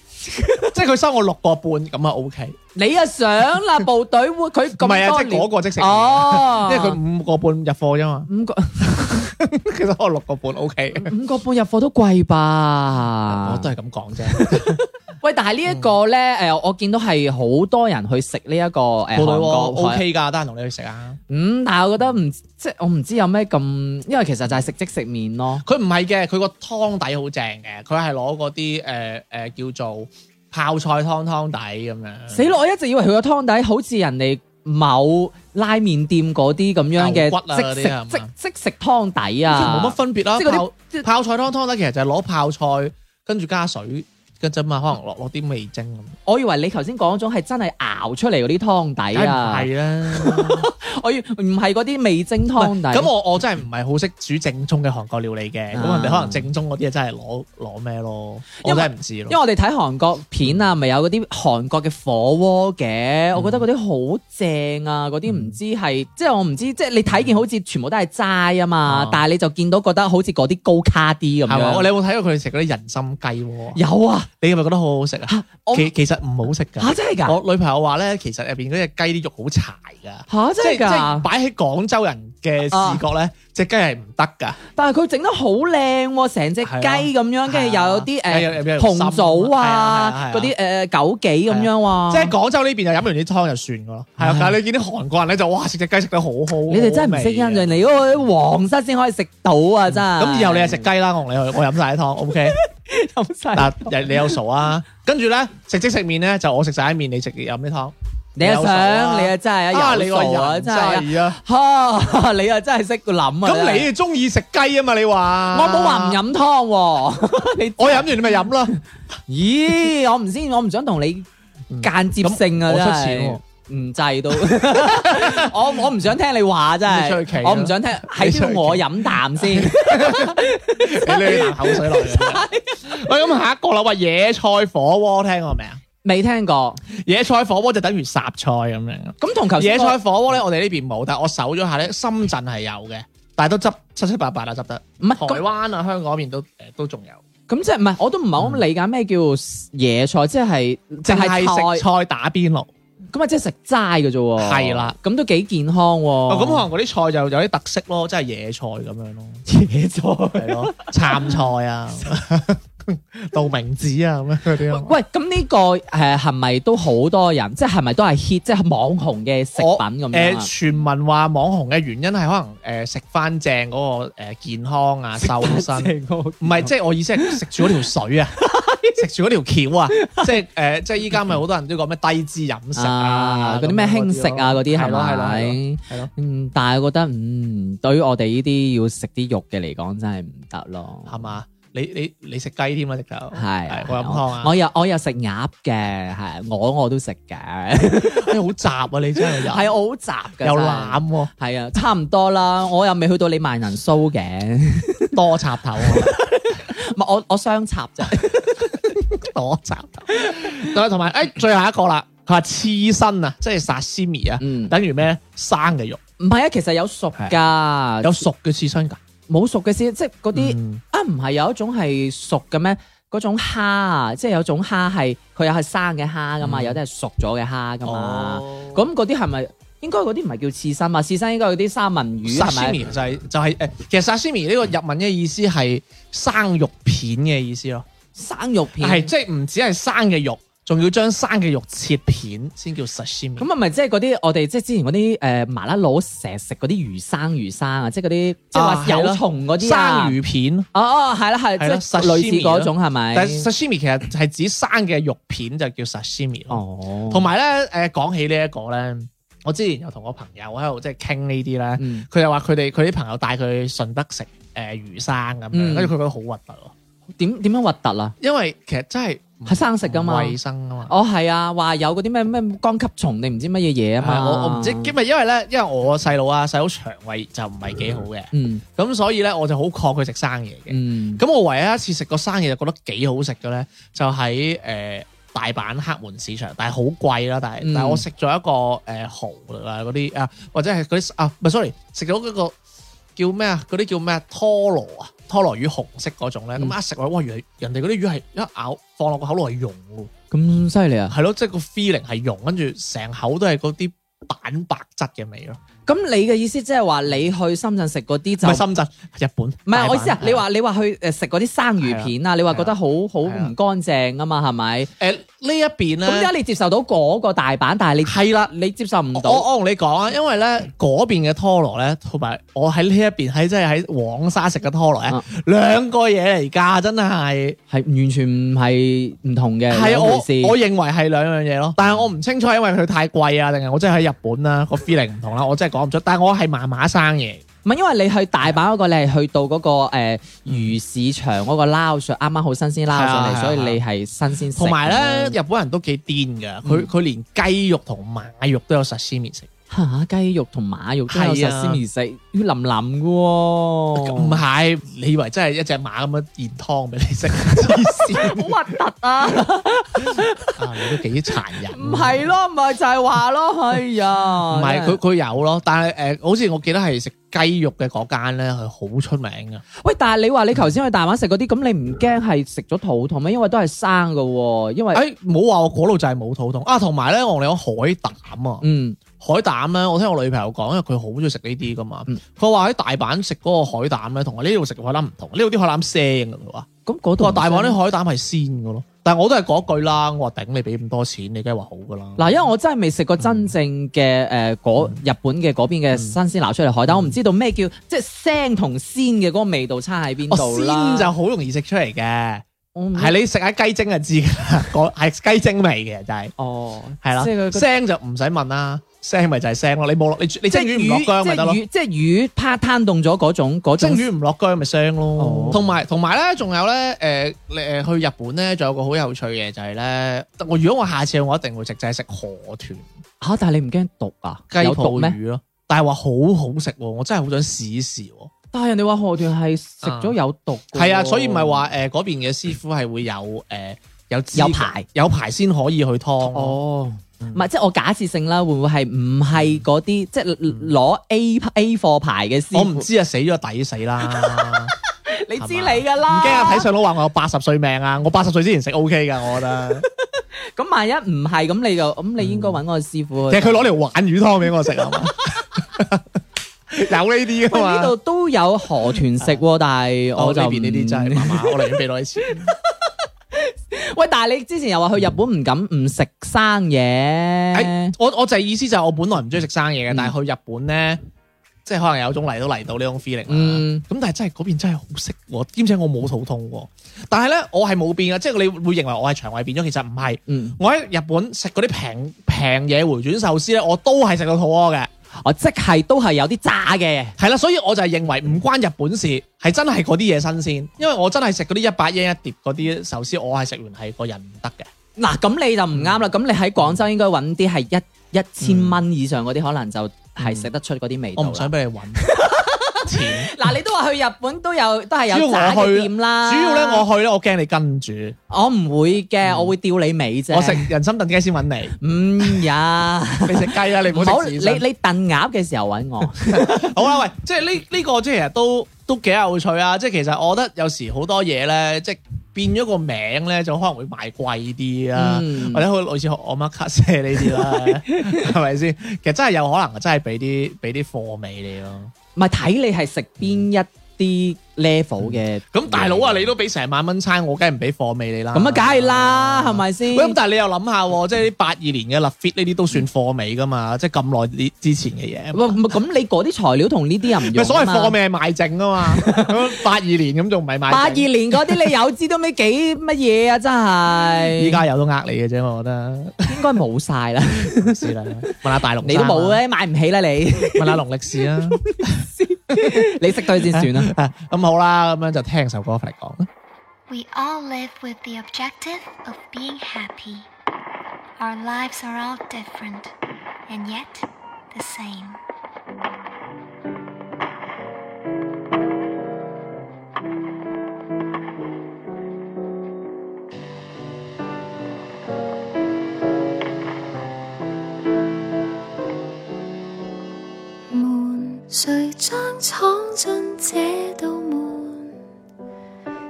A: 即係佢收我六個半咁啊 OK，
B: 你啊想啦，部隊會佢
A: 唔係
B: 咁
A: 啊，
B: 多
A: 即係嗰
B: 年
A: 個即食麵，
B: 哦
A: 因，為佢五個半入貨啫嘛，
B: 五個。
A: 其實我六個半 OK。
B: 五個半入貨都貴吧？
A: 我都係嗯咁講 啫，
B: 喂，但係呢一個咧，誒、我見到係好多人去食呢一個誒韓
A: 部隊
B: 國
A: 鍋 OK 㗎，得閒同你去食啊。
B: 嗯，但係我覺得唔即係我唔知有咩咁，因為其實就係食即食麵咯。
A: 佢唔係嘅，佢個湯底好正嘅，佢係攞嗰啲誒誒叫做泡菜湯湯底咁樣。
B: 死咯！我一直以為佢個湯底好似人哋某拉麵店嗰啲咁樣嘅
A: 牛骨啊
B: 即食、
A: 嗰啲係嘛
B: 即即食湯底
A: 其實
B: 啊，
A: 冇乜分別啦。
B: 即係嗰啲
A: 泡
B: 即係
A: 泡菜湯湯底其實就係攞泡菜跟住加水嘅啫嘛，可能落落啲味精
B: 我以為你頭先講嗰種係真係熬出嚟嗰啲
A: 咁。
B: 湯底
A: 梗
B: 啊，
A: 係啦。
B: 我以唔係嗰啲味精湯底。
A: 咁我我真係唔係好識煮正宗嘅韓國料理嘅，咁
B: 啊
A: 人哋可能正宗嗰啲真係攞攞咩咯，我
B: 因為
A: 真係唔知
B: 因為
A: 咯。
B: 我哋睇韓國片啊，咪有嗰啲韓國嘅火鍋嘅，
A: 嗯
B: 我覺得嗰啲好正啊！嗰啲唔知係，即係我唔知，即係你睇見好似全部都係齋啊嘛
A: 啊，
B: 但係你就見到覺得好似嗰啲高卡啲咁
A: 係嘛？你
B: 樣。
A: 有冇睇過佢哋食嗰啲人參雞鍋啊？
B: 有 啊，
A: 你係咪覺得好好食啊？
B: 我
A: 其其實唔好食㗎。
B: 嚇真係㗎，
A: 我女朋友話咧，其實入邊嗰只雞啲肉好柴㗎，
B: 嚇
A: 即係
B: 真係
A: 即係
B: 㗎，啊
A: 擺喺廣州人嘅視覺咧，只雞係唔得㗎。
B: 但係佢整得好靚喎，成隻雞
A: 係啊
B: 咁樣，跟住
A: 係
B: 又
A: 啊
B: 有啲
A: 有有
B: 誒
A: 有
B: 紅棗
A: 係啊係
B: 啊
A: 啊，
B: 嗰啲誒枸杞咁樣喎。
A: 即係廣州呢邊就飲完啲湯就算㗎咯。係啊
B: 係，
A: 但係你見啲韓國人咧就哇食只雞食得好好，啊你
B: 你哋真係唔識欣賞，你嗰個皇室先可以食到啊！真係。
A: 嗯 咁以後你係食雞啦，我同你去，我飲晒啲湯，OK？
B: 有晒。
A: 嗱，你你有數啊？跟住咧食即食麵咧，就我食晒啲麵，你食飲啲湯。
B: 你又
A: 有數啊
B: 想，你又真係
A: 啊，
B: 啊，
A: 你
B: 有
A: 個
B: 數啊，
A: 人
B: 真係
A: 係啊！
B: 啊，哈 你又真係識諗啊。
A: 咁你中意食雞啊嘛？你話
B: 我冇話唔，飲湯喎。 你
A: 我飲完你咪飲啦。
B: 咦，我唔知，我唔想同你間接性啊，
A: 嗯咁我
B: 真
A: 出
B: 係
A: 錢喎
B: 唔制到， 我我唔想聽你話真
A: 你出去企啊
B: 係，
A: 啦
B: 我唔想聽，
A: 你
B: 喺
A: 出去
B: 邊
A: 企
B: 度我飲啖先，
A: 你你啖口水落嚟。喂，咁下一個啦，喂，野菜火鍋聽過未啊？
B: 未聽過。
A: 野菜火鍋就等於雜菜咁樣。
B: 咁同頭先
A: 野
B: 嗰
A: 菜火鍋咧，我哋呢邊冇，但係我搜咗下咧，深圳係有嘅，但係都執七七八八啦，執得。
B: 唔係
A: 台
B: 咁
A: 灣啊、香港嗰邊都誒都仲有，
B: 咁即係唔係？我都唔係好理解咩叫野菜，即係就
A: 嗯淨
B: 係
A: 係食
B: 菜，
A: 菜打邊爐。
B: 咁啊即係食齋嘅啫喎。
A: 係啦，
B: 咁都幾健康喎。
A: 哦，咁可能嗰啲菜就有啲特色咯，即係野菜咁樣咯，
B: 野菜。
A: 係咯，杉菜啊、 道明寺啊咁樣嗰啲咯。
B: 喂，咁呢個誒係咪都好多人？即係係咪都係 hit？即係網紅嘅食品咁樣啊
A: 誒，傳聞話網紅嘅原因係可能誒食翻正嗰個誒健康啊、瘦身。唔係，即係我意思係食住嗰條 水啊，食住嗰條橋啊，即係誒、呃即係依家咪好多人都講咩低脂飲食啊
B: 啊，，嗰啲咩輕食啊，嗰啲係
A: 係咯係咯係
B: 咪？
A: 咯係咯，
B: 嗯，但係我覺得嗯，對於我哋呢啲要食啲肉嘅嚟講，真係唔得咯。
A: 係嘛？你你你食雞添啊，直頭
B: 係
A: 我飲湯啊，
B: 我又我又食鴨嘅，係我我都食嘅，
A: 哎好雜啊，你真係
B: 係
A: 又
B: 我好雜嘅，
A: 又
B: 真係
A: 攬喎，
B: 係啊，差唔多啦。我又未去到你萬人 酥嘅，
A: 多插頭啊。
B: 唔係我我雙插啫。
A: 多集頭。同埋誒，最後一個啦，佢話刺身啊，即係沙司米啊，
B: 嗯，
A: 等於咩咧？生嘅肉，
B: 唔係啊，其實有熟㗎，
A: 啊有熟嘅刺身㗎。
B: 冇熟嘅先，即係嗰啲
A: 嗯
B: 啊，唔係有一種係熟嘅咩？嗰種蝦啊，即係有種蝦係佢又係生嘅蝦㗎嘛，
A: 嗯
B: 有啲係熟咗嘅蝦㗎嘛。
A: 哦
B: 咁嗰啲係咪應該嗰啲唔係叫刺身嘛？刺身應該嗰啲三文魚
A: 沙
B: 係
A: 司
B: 咪
A: 米？就係就係誒，其實沙司米呢個日文嘅意思係生肉片嘅意思咯，
B: 生肉片
A: 係即係唔止係生嘅肉，仲要將生嘅肉切片先叫沙司米。
B: 咁係咪即係嗰啲我哋即係之前嗰啲誒麻甩佬成日食嗰啲魚生魚生啊，即係嗰啲即係
A: 啊
B: 話
A: 係咯
B: 有蟲嗰
A: 生
B: 啲啊？
A: 魚片，
B: 哦哦，係啦係，
A: 係啦
B: 即係類似
A: sashimi
B: 嗰種係咪？
A: 啊但係沙司米其實係指生嘅肉片就叫沙司米咯。
B: 哦，
A: 同埋咧，誒講起呢一個咧，我之前有同我朋友喺度即係傾呢啲咧，
B: 嗯
A: 佢就話佢哋佢啲朋友帶佢去順德食誒、呃、魚生咁
B: 嗯
A: 樣，跟住佢覺得好核突咯，
B: 點點樣核突啊？
A: 因為其實真係
B: 係生食㗎嘛
A: 衞嗯生啊嘛。
B: 哦係啊，話有嗰啲咩咩光吸蟲定唔知乜嘢嘢啊
A: 係我
B: 嘛？
A: 我唔知，因為因為咧，因為我細佬啊，細佬腸胃就唔係幾好嘅，
B: 嗯
A: 咁所以咧我就好抗拒食生嘢嘅。
B: 嗯，
A: 咁我唯一一次食過生嘢就覺得幾好食嘅咧，就喺誒、呃大阪黑門市場，但係好貴啦。但係、
B: 嗯
A: 但係我食咗一個誒、呃、蠔啊嗰啲啊，或者係嗰啲啊，唔係 sorry，食咗嗰個叫咩啊？嗰啲叫咩啊拖羅啊？拖羅魚紅色嗰種咧，
B: 嗯
A: 咁一食落去，哇！原來人哋嗰啲魚係一咬放落個口度係溶喎，
B: 咁犀利啊！
A: 係咯，即係個 feeling 係溶，跟住成口都係嗰啲蛋白質嘅味咯。
B: 咁你嘅意思即係話你去深圳食嗰啲
A: 唔
B: 就
A: 係深圳，日本。
B: 唔係我意思啊
A: 大！阪
B: 你話你話去誒食嗰啲生魚片啊，你話覺得好好
A: 係啊
B: 唔乾淨啊嘛，係咪？
A: 誒呢一邊
B: 咁點
A: 咧
B: 解你接受到嗰個大阪，但係你
A: 係啦。
B: 你接受唔
A: 我
B: 到？
A: 我同你講啊，因為咧嗰邊嘅拖羅咧，同埋我喺呢一邊喺即係喺黃沙食嘅拖羅咧
B: 啊，
A: 兩個嘢嚟㗎，真係
B: 係完全唔係唔同嘅
A: 係啊
B: 兩
A: 我
B: 回事
A: 我認為係兩樣嘢咯。但係我唔清楚，因為佢太貴啊，定係我真係喺日本啦個 feeling 唔同啦，我真係講唔出。但係我係麻麻生嘢，
B: 唔係因為你去大阪嗰個，你係去到嗰個誒魚市場嗰個撈上，啱啱好新鮮撈上
A: 係啊係
B: 嚟，
A: 啊
B: 所以你係新鮮食。嗯
A: 同埋咧日本人都幾癲㗎，佢佢連雞肉同馬肉都有 sashimi 食，
B: 嚇雞肉同馬肉都有
A: 係
B: 壽
A: 啊
B: 司而食，要淋淋嘅喎。
A: 唔係你以為真係一隻馬咁樣現湯俾你食？黐線
B: 好核突啊！
A: 啊！你都幾殘忍。
B: 唔係咯，咪就係話咯，哎呀，
A: 唔係
B: 真
A: 佢
B: 係
A: 佢有咯，但係誒、呃好似我記得係食雞肉嘅嗰間咧，佢好出名噶。
B: 喂，但係你話你頭先去大阪食嗰啲，咁你唔驚係食咗肚痛咩？因為都係生嘅喎，因為、
A: 誒冇哎話我嗰度就係冇肚痛啊，同埋咧我哋講海膽啊，
B: 嗯
A: 海膽咧，我聽我女朋友講，因為佢好中意食呢啲噶嘛
B: 嗯。
A: 佢話喺大阪食嗰個海膽咧，同我呢度食嘅海膽唔同，呢度啲海膽腥㗎佢話。
B: 咁嗰
A: 佢
B: 度
A: 話大阪啲
B: 呢，
A: 海膽係鮮㗎咯，但係我都係嗰句啦，我話頂你俾咁多錢，你梗係話好㗎啦。
B: 嗱，因為我真係未食過真正嘅誒
A: 嗯
B: 嗰日本嘅嗰邊嘅新鮮撈出嚟海膽，我唔知道咩叫即係腥同鮮嘅嗰個味道差喺邊
A: 我
B: 度啦。嗯
A: 鮮就好容易食出嚟嘅，
B: 我唔
A: 哦係你食下雞精就知㗎啦，嗰 係雞精味嘅就係
B: 哦，
A: 係啦，
B: 即係佢
A: 聲就唔使問啦，聲咪就係聲咯，你冇落你你蒸魚唔落
B: 即係魚
A: 薑咪得咯
B: 即係。魚即係魚攤攤凍咗嗰種嗰
A: 蒸
B: 種
A: 魚唔落薑咪腥
B: 哦
A: 咯，同埋同埋咧，仲有咧，誒誒去日本咧，仲有個好有趣嘅就係咧，我如果我下次去我一定會直接食河豚
B: 嚇，但係你唔驚毒啊？
A: 雞
B: 有
A: 泡
B: 毒咩？
A: 魚咯，但係話好好食喎，我真係好想試一試喎。
B: 但係人哋話河豚係食咗有毒㗎喎，
A: 係啊，所以咪話誒嗰邊嘅師傅係會有誒、呃有資
B: 有
A: 格
B: 牌
A: 有牌先可以去劏咯。
B: 哦。唔係，即係我假設性啦，會唔會係唔係嗰啲即係攞 A A 貨牌嘅師傅？
A: 我唔，知啊，死咗抵死 啦！
B: 你知
A: 係嘛
B: 你噶
A: 唔
B: 啦，
A: 驚啊！睇上佬話我有八十歲命啊！我八十歲之前食 O K 噶，我覺 得。
B: 咁萬一唔係咁，你就咁你應該揾個師傅
A: 其
B: 去。
A: 實佢攞嚟玩魚湯俾我食 啊嘛，有呢啲噶
B: 喂呢
A: 嘛。
B: 度都有河豚食 喎，但係我
A: 我
B: 就
A: 呢邊呢啲真係
B: 唔
A: 麻麻，我寧願俾多啲錢。
B: 喂，但係你之前又話去日本唔敢唔食生嘢
A: 誒，哎我我就係意思就係我本來唔中意食生嘢嘅，
B: 嗯
A: 但係去日本咧，即係可能有種嚟都嚟到呢種 feeling 啦。
B: 嗯，
A: 咁但係真係嗰邊真係好食喎，兼且我冇肚痛喎。但係咧，我係冇變嘅，啊即係你會認為我係腸胃變咗，其實唔係。
B: 嗯，
A: 我喺日本食嗰啲平平嘢回轉壽司咧，我都係食到肚屙嘅。
B: 我即係都係有啲炸嘅，
A: 係啦，所以我就係認為唔關日本事，係真係嗰啲嘢新鮮，因為我真係食嗰啲一百 yen 一碟嗰啲壽司，我係食完係個人唔得嘅。
B: 嗱咁你就唔啱啦，咁你喺廣州應該揾啲係一一千蚊以上嗰啲，可能就係食得出嗰啲味道
A: 我
B: 啦
A: 唔想俾你揾 錢。
B: 嗱，你都話去日本都有都係有
A: 主要
B: 炸
A: 我去
B: 嘅店啦，
A: 主要咧，我去咧，我驚你跟住，
B: 我唔會嘅，我會吊你尾啫，
A: 我食人參燉雞先揾 你。
B: 嗯呀。
A: 你食雞啦，你唔
B: 唔
A: 好
B: 好
A: 食
B: 你
A: 刺
B: 你
A: 身。
B: 燉鴨嘅時候揾我，
A: 好啦，喂，即係呢呢個即係其實都都幾有趣啊！即係其實我覺得有時好多嘢咧，即係變咗個名咧，就可能會賣貴啲啊。
B: 嗯
A: 或者好類似我媽卡西呢啲 啦，係咪先？其實真係有可能真係俾啲俾啲貨尾你咯。
B: 唔係睇你係食邊一啲 level 嘅。
A: 咁大佬啊，你都俾成萬蚊餐，我梗係唔俾貨尾你啦。
B: 咁啊，梗係啦，係咪先？
A: 喂，咁但係你又諗下喎，即係八二年嘅立 fit 呢啲都算貨尾噶嘛，即係咁耐呢之前嘅嘢。
B: 喂唔係咁你嗰啲材料同呢啲又唔
A: 咪
B: 用
A: 所謂
B: 啊嘛
A: 貨尾係賣剩啊 嘛，咁八二年咁仲唔係賣剩？
B: 八二年嗰啲你有知都咩幾乜嘢啊？真係
A: 依家有都呃你嘅啫，我覺得
B: 應該冇 晒啦，
A: 唔知啦。問下大龍，啊
B: 你都冇，咧，買唔起 啦你，
A: 問下龍力士啊。
B: 你識對先算啦。
A: 啊咁好啦，咁樣就聽首歌嚟講啦。
C: We all live with the objective of being happy. Our lives are all different, and yet the same.
D: Moon，誰將闖進這道門？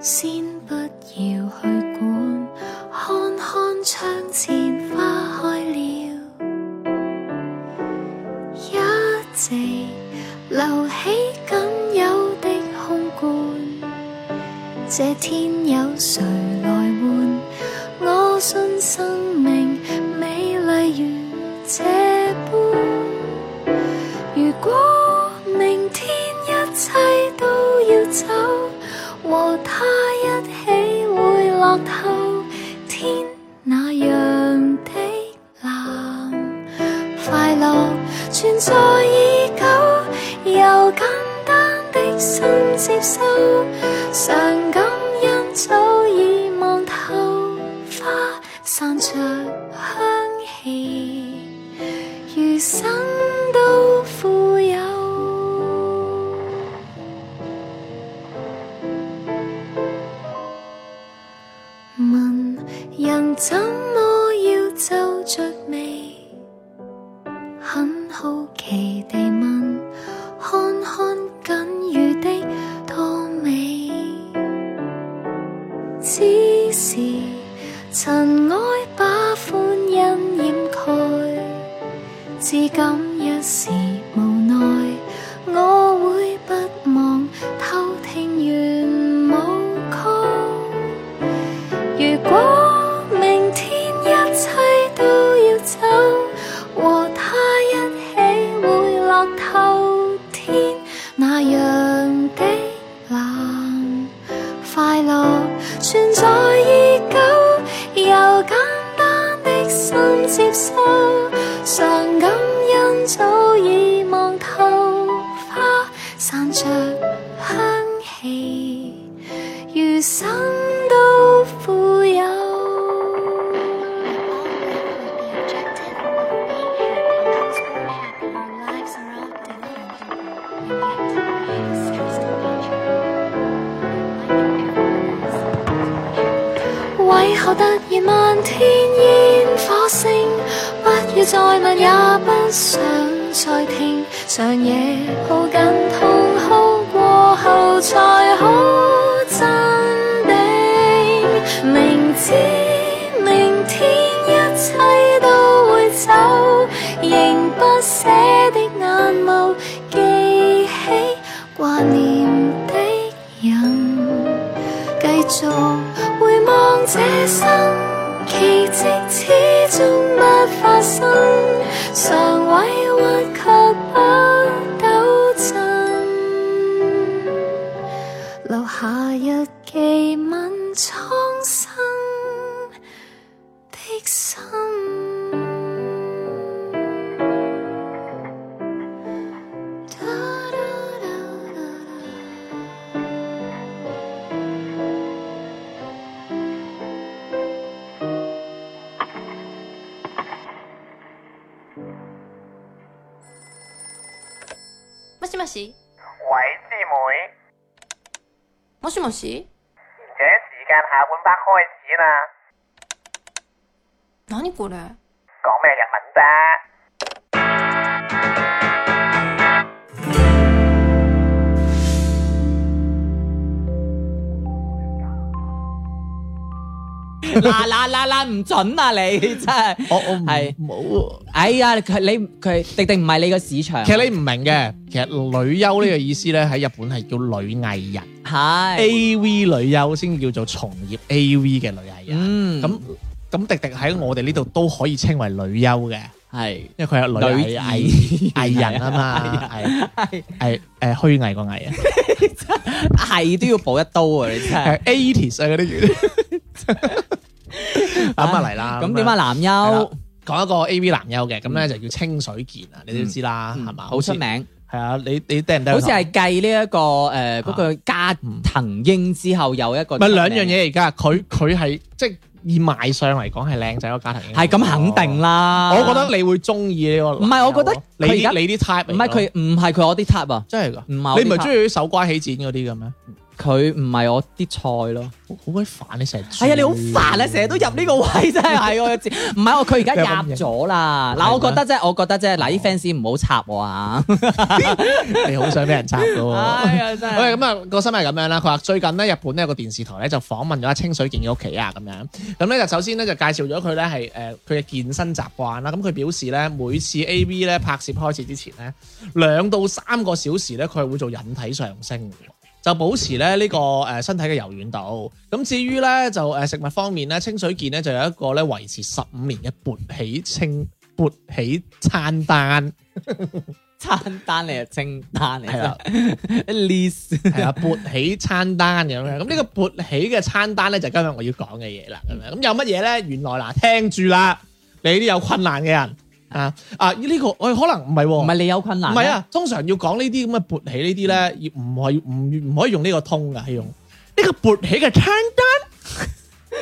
D: 先不要去管，看看窗前花開了，一直留起僅有的空罐。這天有誰來換？我信生命美麗如這般。如果明天一切都要走，和他一起會落透天那樣的藍。快樂存在已久，由簡單的心接收，常感恩早已望透，花散着香氣。餘生都富有。問人怎麼要皺着眉，很好奇地問，看看僅餘的多美，只是塵埃把歡欣掩蓋。至今一時無奈，我會不忘偷聽完舞曲。如果明天一切都要走，和他一起會落透天那樣的藍。快樂存在已接收，常感恩早已望透，花散着香氣，餘生都富
C: We
D: 有。
C: all live with the objective of being happy. Because we're happy, our lives are all different. And yet, it is just nature. Like everyone else,
D: 為何突然漫天煙火聲？不要再問，也不想再聽。長夜抱緊痛哭過後，才可鎮定。明知明天一切都會走，仍不捨的眼眸，記起掛念的人。繼續回望這生，奇蹟始終不發生，常委屈卻不抖震，留下日記吻蒼生的心。Da da da da da.
E: もしもし
F: 喂，師妹，
E: もしもし
F: 而且時間下半 part 開始啦，
E: 何これ
F: 講咩日文啫？
B: 嗱嗱 嗱嗱，唔准啊！你真係，
A: 我我
B: 係
A: 哦唔冇啊。
B: 哎呀，佢你佢迪迪唔係你個市場，
A: 其實你唔明嘅，其實女優呢個意思咧喺日本係叫女藝人
B: 係，
A: ，A V 女優先叫做從業 A V 嘅女藝人。
B: 嗯，
A: 咁咁迪迪喺我哋呢度都可以稱為女優嘅，
B: 係
A: 因為佢係女
B: 女
A: 藝藝藝人 啊嘛，係
B: 係
A: 係誒虛偽個 藝啊
B: 係都要補一刀啊！你真係，
A: 係 eighties 啊嗰 啲叫，咁啊嚟啦，
B: 咁點啊？？男
A: 係啦
B: 優，
A: 講一個 A V 男優嘅，咁咧就叫清水健啊，你都知啦，係嘛？
B: 好出名，
A: 係啊，你你掟唔掟？
B: 好似係繼呢一個誒嗰個加藤英之後有一個
A: 唔
B: 出
A: 係
B: 名，
A: 兩樣嘢而家，佢佢係即係以賣相嚟講係靚仔個家庭，
B: 係咁肯定。啦。
A: 我覺得你會中意呢個男友，
B: 唔係我覺得
A: 你
B: 佢而
A: 啲
B: 家
A: 你啲 type 嚟㗎
B: 唔係佢唔係佢我啲 type 啊，
A: 真係㗎，
B: 唔係我啲
A: 你唔係
B: type
A: 中意手瓜起剪嗰啲嘅咩？
B: 佢唔係我啲菜咯。
A: 好好鬼煩你成日轉，
B: 係啊，你好煩啊，成日都入呢個位，真係係我嘅字 唔係我佢而家入咗啦。嗱，我覺得啫，我覺得啫，嗱啲 fans 唔好插 我啊！
A: 你好想俾人插㗎喎。
B: 呀，真
A: 喂，咁啊個新聞係咁樣啦，佢話最近咧日本咧有個電視台咧就訪問咗阿清水健嘅屋企啊咁樣，咁咧就首先咧就介紹咗佢咧係誒佢嘅健身習慣啦，咁佢表示咧每次 A V 咧拍攝開始之前咧兩到三個小時咧佢係會做引體上升嘅喎。就保持咧呢個誒身體嘅柔軟度。咁至於咧就誒食物方面咧，清水健咧就有一個咧維持十五年嘅勃起清勃起餐單。
B: 餐單嚟啊，清單嚟
A: 係啦
B: 啊 list
A: 係 啊，勃起餐單咁樣。咁
B: 嗯
A: 呢個勃起嘅餐單咧，就係今日我要講嘅嘢啦。咁樣咁有乜嘢咧？原來嗱，聽住啦，你啲有困難嘅人啊啊！呢、個我、可能唔係喎，
B: 唔係你有困難嗯
A: 唔
B: 咩
A: 係，啊？通常要講呢啲咁嘅勃起呢啲咧，要唔係唔唔可以用呢個通㗎，係用呢個勃起嘅餐 單，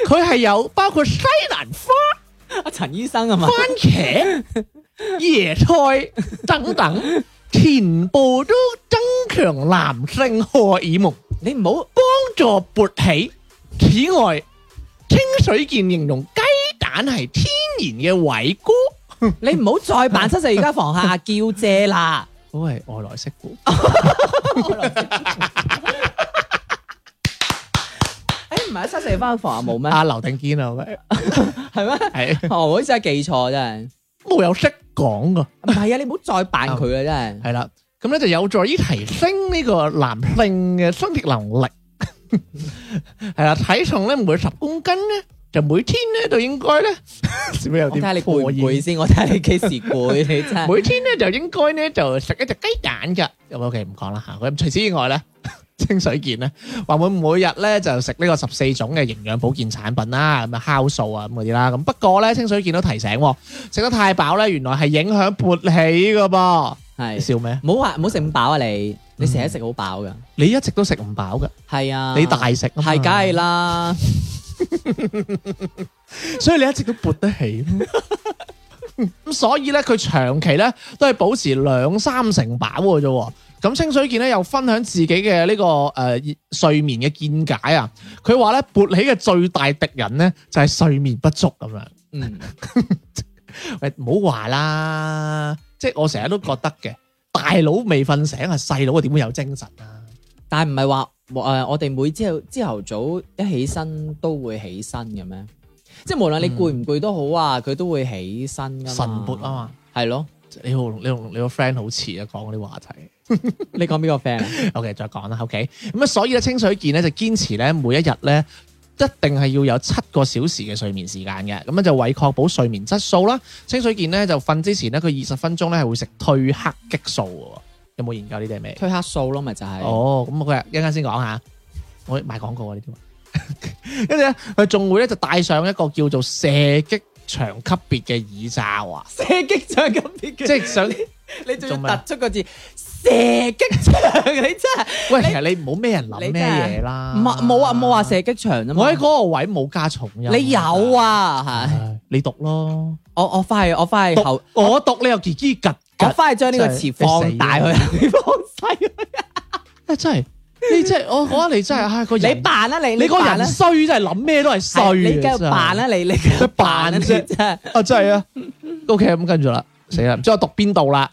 A: 佢係有包括西蘭花、
B: 阿陳醫生啊嘛
A: 番，茄、 椰菜等等，全部都增強男性荷爾蒙。
B: 你唔好
A: 幫助勃起。此外，清水健形容雞蛋係天然嘅偉哥，
B: 你唔好再扮七十而家房客阿嬌姐啦，
A: 我係外來媳婦。
B: 誒唔係七十而家房客冇咩？
A: 阿劉定堅啊， 喂
B: 係咩？
A: 係
B: 哦，我真係記錯真
A: 冇有識講噶，
B: 係，唔係啊！你唔好再扮佢啊！真係
A: 係啦。咁咧就有助於提升呢個男性嘅生殖能力。 係啦，體重咧每十公斤咧，就每天咧就應 該咧，做咩有
B: 我睇下你
A: 啲
B: 攰
A: 破
B: 唔
A: 音
B: 攰先，我睇下你幾時攰，你真係。
A: 每天咧就應該咧就食一隻雞蛋噶。咁 OK 唔講啦嚇。咁除此以外咧， 清水健咧，話會每日咧就食呢個十四種嘅營養保健產品啦，咁啊酵素啊咁嗰啲啦。咁不過咧，清水健都提醒喎，食得太飽咧，原來係影響勃起噶噃。你
B: 係
A: 笑咩？
B: 唔好話唔好食咁飽啊你，你成日食好飽噶，
A: 你一直都食唔飽噶，
B: 係啊，
A: 你大食啊嘛
B: 係梗係啦，
A: 所以你一直都撥得起。咁所以咧，佢長期咧都係保持兩三成飽嘅啫喎。咁清水健咧又分享自己嘅呢個誒睡眠嘅見解啊。佢話咧勃起嘅最大敵人咧就係睡眠不足咁樣。
B: 嗯，
A: 喂，唔好話啦，即係我成日都覺得嘅，大佬未瞓醒啊，細佬啊點會有精神啊？
B: 但係唔係話誒我哋每朝朝頭早一起身都會起身嘅咩？即係無論你攰唔攰都好啊，佢都會起身噶嘛，
A: 晨勃啊嘛，
B: 係咯，
A: 你好，你同你個 friend 好似啊，講嗰啲話題。
B: 你講邊個 friend 啊
A: OK，再講啦，OK。咁啊，所以咧，清水健咧就堅持咧，每一日咧一定係要有七個小時嘅睡眠時間嘅。咁啊，就為確保睡眠質素啦。清水健咧就瞓之前咧，佢二十分鐘咧係會食褪黑激素嘅喎。有冇研究呢啲係咩？
B: 推黑素咯，咪就係。
A: 哦，咁佢一陣間先講下，我賣廣告啊呢啲話。 跟住咧，佢仲會咧就戴上一個叫做射擊場級別嘅耳罩啊，
B: 射擊場咁啲
A: 即
B: 嘅，
A: 係想
B: 你仲
A: 做咩啊
B: 要突出個字射擊場，你真係
A: 喂，其實你唔好咩人諗
B: 你真
A: 咩
B: 係
A: 嘢啦。
B: 唔係冇啊冇話射擊場啊嘛，
A: 我喺嗰個位冇加重音。
B: 你有？啊嚇，
A: 唉你讀咯，
B: 我我翻去我翻去
A: 讀
B: 後，
A: 我讀你又叽叽吉
B: 我
A: 吉，
B: 翻去將呢個詞放 大佢，放細佢，
A: 啊真係你真係，我覺得你真係唉個
B: 你
A: 人，
B: 扮啦你，
A: 你個
B: 扮啦啊
A: 人衰真係諗咩都係衰啊，
B: 你繼續
A: 真係
B: 扮啦你，你
A: 佢扮
B: 啦你
A: 啫
B: 真係
A: 啊真係啊，OK 咁跟住啦，死啦，唔知我讀邊度啦，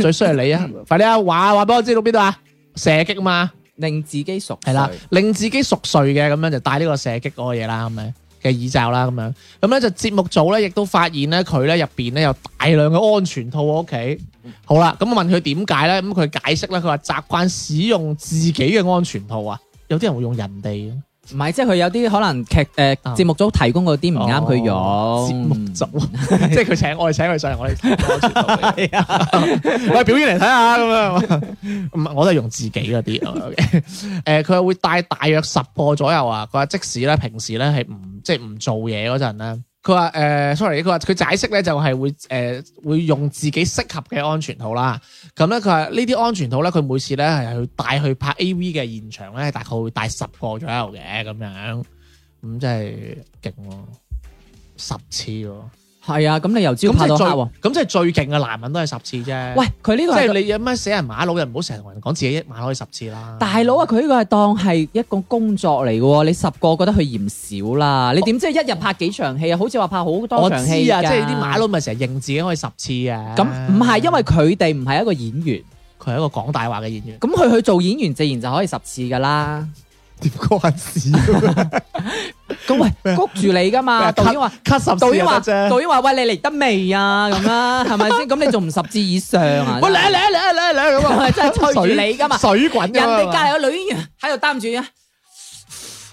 A: 最衰係你 啊，快啲啊話話俾我知讀邊度啊，射擊嘛。
B: 令自己熟
A: 係啦
B: 睡，
A: 令自己熟睡嘅咁樣就戴呢個射擊嗰個嘢啦，咁樣嘅耳罩啦，咁樣咁咧就節目組咧亦都發現咧佢咧入邊咧有大量嘅安全套喺屋企。
B: 嗯
A: 好啦，咁我問佢點解咧，咁佢解釋咧，佢話習慣使用自己嘅安全套啊，有啲人會用人哋啊嘅
B: 唔係即係佢有啲可能劇誒
A: 啊
B: 節目組提供嗰啲唔啱佢用，
A: 哦節目 組，即係佢請我哋請佢上嚟，我 哋提供安全套俾佢。
B: 係啊，
A: 喂，表演嚟睇下咁樣， 唔係我都係用自己嗰啲。OK 哦 誒，佢話會帶大約十個左右啊。佢話即使咧平時咧係唔即係唔做嘢嗰陣咧，佢話誒，sorry，佢話佢解釋咧就係會誒、呃、會用自己適合嘅安全套啦。咁咧佢話呢啲安全套咧，佢每次咧係去帶去拍 A.V. 嘅現場咧，大概會帶十個左右嘅咁樣，咁真係勁喎，十次喎。
B: 係啊，咁你由朝
A: 咁
B: 拍
A: 即
B: 到
A: 係
B: 黑
A: 最
B: 喎。
A: 咁即係最勁嘅男人都係十次啫。
B: 喂，佢呢個
A: 即
B: 係
A: 係你有咩死人馬佬，又唔好成日同人講自己一馬佬可以十次啦。
B: 大佬啊，佢呢個係當係一個工作嚟嘅喎，你十個覺得佢嫌少啦，你點知一日拍幾場戲啊？好似話拍好多
A: 我知
B: 場
A: 啊，
B: 戲
A: 即
B: 㗎
A: 係啲馬佬咪成日認自己可以十次啊。
B: 咁唔係因為佢哋唔係一個演員，
A: 佢係一個講大話嘅演員，
B: 咁佢去做演員自然就可以十次㗎啦。
A: 點關事？
B: 咁喂，谷住你㗎嘛？導演話。
A: cut 十
B: 導
A: 次
B: 演
A: 又
B: 話
A: 得：啫。
B: 導演話，喂，你嚟得未 啊？咁啦，係咪先？咁你仲唔十次以上啊？
A: 喂嚟啊嚟啊嚟啊嚟啊嚟啊咁啊！
B: 係 真係催住
A: 水
B: 你㗎嘛
A: 水滾
B: 人哋隔
A: 隔
B: 離有女演員喺度擔住啊！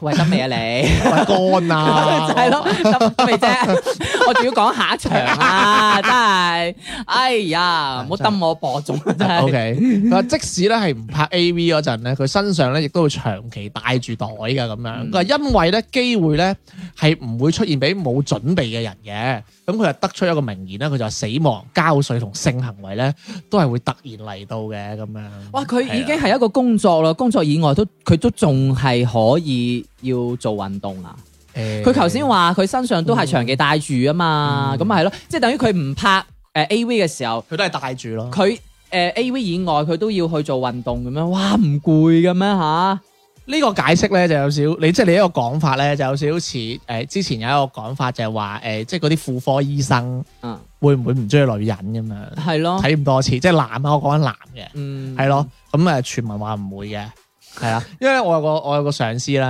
B: 喂，得未啊你？
A: 離乾啊，
B: 就係咯，得 未啫？我仲要講下一場啊！真係，哎
A: 啊
B: 呀，唔好抌我播種啊！真
A: O
B: 係，
A: K，佢話即使咧係唔拍 A V 嗰陣咧，佢身上咧亦都會長期帶住袋嘅咁
B: 嗯
A: 樣。佢話因為咧機會咧係唔會出現俾冇準備嘅人嘅。咁佢就得出一個名言啦，佢就話死亡、交稅同性行為咧都係會突然嚟到嘅咁樣。
B: 哇！佢已經係一個工
A: 啊
B: 作啦，工作以外都佢都仲係可以要做運動啊！
A: 誒
B: 佢頭先話佢身上都係長期戴住啊
A: 嗯
B: 嘛，咁咪係咯，即係等於佢唔拍誒 A V 嘅時候，
A: 佢都係帶住咯。
B: 佢誒 A V 以外佢都要去做運動咁樣，哇！唔攰嘅咩吓？
A: 呢個解釋咧就有少，你即係你一個講法咧就有少少似誒、之前有一個講法就係話誒，即係嗰啲婦科醫生
B: 嗯，
A: 會唔會唔中意女人咁樣
B: 係咯，
A: 睇咁多次，即係男啊，我講緊男嘅。
B: 嗯，
A: 係咯，咁誒傳聞話唔會嘅，係 啦，因為我有個我有個上司咧，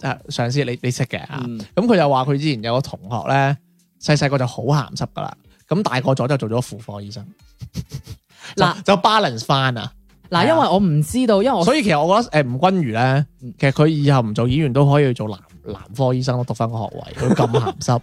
A: 誒上司你你識嘅嚇，
B: 嗯，
A: 咁佢又話佢之前有個同學咧，細細個就好鹹濕噶啦，咁大個咗就做咗婦科醫生，
B: 嗱哦
A: 嗱就 balance 翻啊，
B: 嗱，因為我唔知道，因為我
A: 所以其實我覺得誒吳君如咧，
B: 嗯
A: 其實佢以後唔做演員都可以去做男男科醫生咯，讀翻個學位，佢咁鹹濕，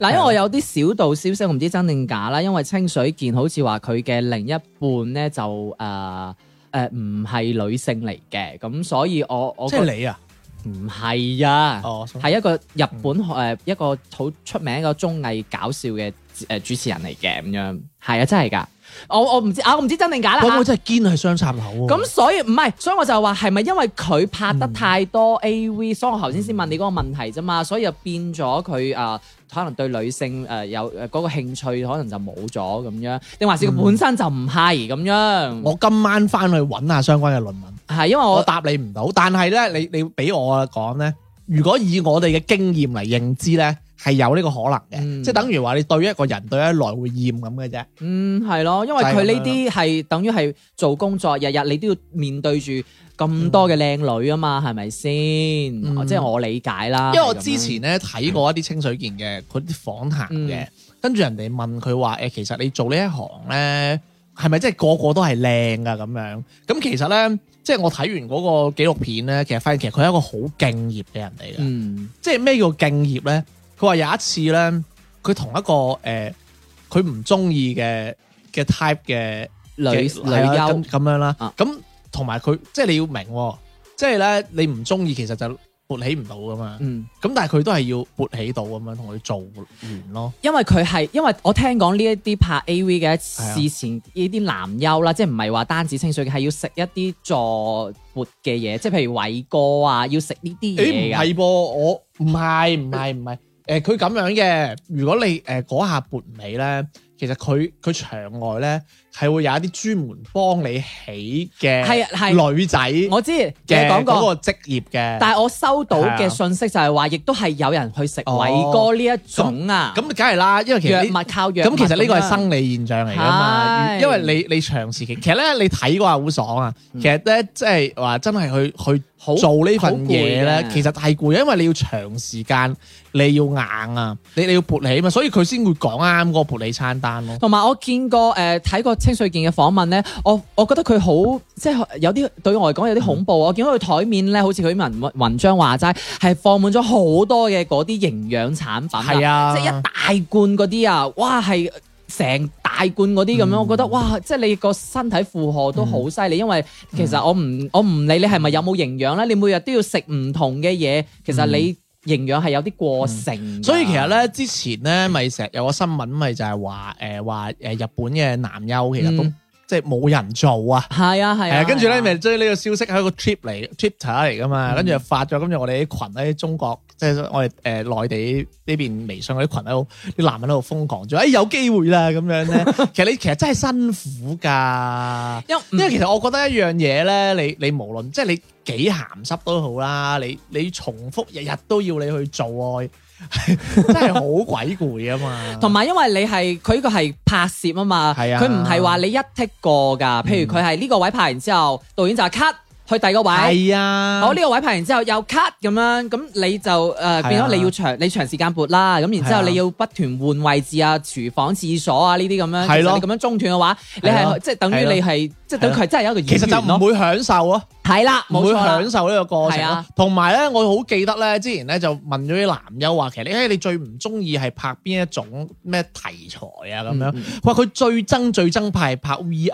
B: 嗱，因為我有啲小道消息，我唔知真定假啦。因為清水健好似話佢嘅另一半咧就誒誒、呃誒唔係女性嚟嘅，咁所以我 我
A: 即
B: 覺得
A: 係你啊？
B: 唔係啊，
A: 哦，
B: 係一個日本誒一個好出名一個綜藝搞笑嘅誒主持人嚟嘅咁樣，係啊真係㗎，我我唔知啊，我唔知真定假啦
A: 我我
B: 嚇
A: 真係堅係雙插口喎。
B: 咁所以唔係，所以我就話係咪因為佢拍得太多
A: 嗯
B: A.V.，、所以我頭先先問你嗰個問題啫嘛，所以就變咗佢啊，可能對女性誒、呃有誒嗰、個興趣可能就冇咗咁樣，定還是佢本身就唔係咁樣？
A: 我今晚翻去揾下相關嘅論文，
B: 係因為
A: 我
B: 我
A: 答你唔到，但係咧，你你俾我講咧，如果以我哋嘅經驗嚟認知咧，係有呢個可能嘅，
B: 嗯
A: 即係等於話你對一個人對得耐會厭咁嘅啫。
B: 嗯係咯，因為佢呢啲係等於係做工作，日日你都要面對住咁多嘅靚女啊嘛，係咪先？
A: 嗯
B: 即係我理解啦。
A: 因為我
B: 啊係咁樣
A: 之前咧睇過一啲清水健嘅佢啲訪談嘅
B: 嗯，
A: 跟住人哋問佢話誒，其實你做呢一行咧，係咪即係個個都係靚噶咁樣？咁其實咧，即係我睇完嗰個紀錄片咧，其實發現其實佢係一個好敬業嘅人嚟嘅。
B: 嗯
A: 即係咩叫敬業咧？佢話有一次咧，佢同一個誒，佢唔中意嘅嘅 type 嘅
B: 女
A: 嘅
B: 女
A: 係啊
B: 優
A: 咁咁樣啦
B: 啊。
A: 咁同埋佢即係你要明喎，即係咧你唔中意其實就勃起唔到噶嘛。
B: 嗯。
A: 咁但係佢都係要勃起到咁樣同佢做完咯。
B: 因為佢係，因為我聽講呢一啲拍 A.V.
A: 啊
B: 嘅事前呢啲男優啦，即係唔係話單止清水嘅，係要食一啲助勃嘅嘢，即係譬如偉哥啊，要食呢啲
A: 誒唔
B: 嘢㗎。
A: 係噃，我唔係唔係唔係誒，佢咁樣嘅。如果你誒嗰下撥尾咧，其實佢佢場外咧係會有一啲專門幫你起嘅
B: 係啊係
A: 女仔
B: 我知你
A: 嘅
B: 講
A: 嗰
B: 過，
A: 個職業嘅。
B: 但係我收到
A: 係啊
B: 嘅信息就係話，亦都係有人去食偉哥呢一種啊，
A: 哦咁梗係啦，因為其
B: 藥
A: 實呢
B: 物靠藥物
A: 咁其實呢個係
B: 咁樣
A: 生理現象嚟噶嘛，
B: 係嗯
A: 因為你你長時期其實咧你睇嗰下好爽啊，其實咧即係話真係去去
B: 好
A: 做呢份嘢
B: 好
A: 咧
B: 攰，嘅
A: 其實係攰，因為你要長時間你要硬啊，你你要勃起嘛，所以佢先會講啱嗰個勃起餐單咯。
B: 同埋我見過誒睇、過清水健嘅訪問咧，我我覺得佢好即係有啲對我嚟講有啲恐怖。我見到佢台面咧，好似佢文文章話齋，係放滿咗好多嘅嗰啲營養產品
A: 係啊
B: 即係一大罐嗰啲啊，哇係成大罐嗰啲咁樣，
A: 嗯
B: 我覺得哇，即係你個身體負荷都好犀利，因為其
A: 嗯
B: 實我唔我唔理你係咪有冇營養咧，你每日都要食唔同嘅嘢，其實你營養係有啲過剩㗎、
A: 嗯所以其實咧，之前咧咪成日有個新聞，咪就係話誒話誒日本嘅男優其實都
B: 嗯
A: 即係冇人做啊。
B: 係啊係
A: 係
B: 啊，
A: 啊，跟住
B: 係
A: 咧
B: 啊
A: 咪追呢個消息係一個 trip 嚟，Twitter 嚟噶
B: 嗯
A: 嘛，跟住就發咗，跟住我哋啲群喺中國，即係我哋誒內地呢邊微信嗰啲群喺度，啲男人喺度瘋狂咗，誒有機會啦咁樣咧。 其實你其實真係辛苦㗎，
B: 因嗯
A: 因為其實我覺得一樣嘢咧，你你無論即係你幾鹹濕都好啦，你你重複日日都要你去做愛， 真係好鬼攰啊嘛。
B: 同埋因為你係佢呢個係拍攝啊嘛，
A: 係啊
B: 佢唔係話你一剔過㗎。譬如佢係呢個位拍完之後，導演就 cut 去第二個位。
A: 係啊，
B: 好呢個位拍完之後又 cut 咁樣，咁你就誒、呃、
A: 係啊
B: 變咗你要長你長時間撥啦，咁然之後
A: 係啊
B: 你要不斷換位置啊、廚房、廁所啊呢啲咁樣，
A: 係
B: 其
A: 咯
B: 實你咁樣中斷嘅話，你
A: 係咯
B: 係即係等於
A: 係咯
B: 你係即係等於佢真係有一個
A: 其實
B: 演員
A: 就唔
B: 咯，
A: 會享受啊。
B: 係啦，
A: 唔
B: 冇
A: 會
B: 錯啦
A: 享受呢個過程
B: 係
A: 咯
B: 啊。
A: 同埋咧，我好記得咧，之前咧就問咗啲男優話，其實你哎誒你最唔中意係拍邊一種咩題材啊
B: 嗯
A: 咁樣。佢話佢最憎最憎拍係拍 VR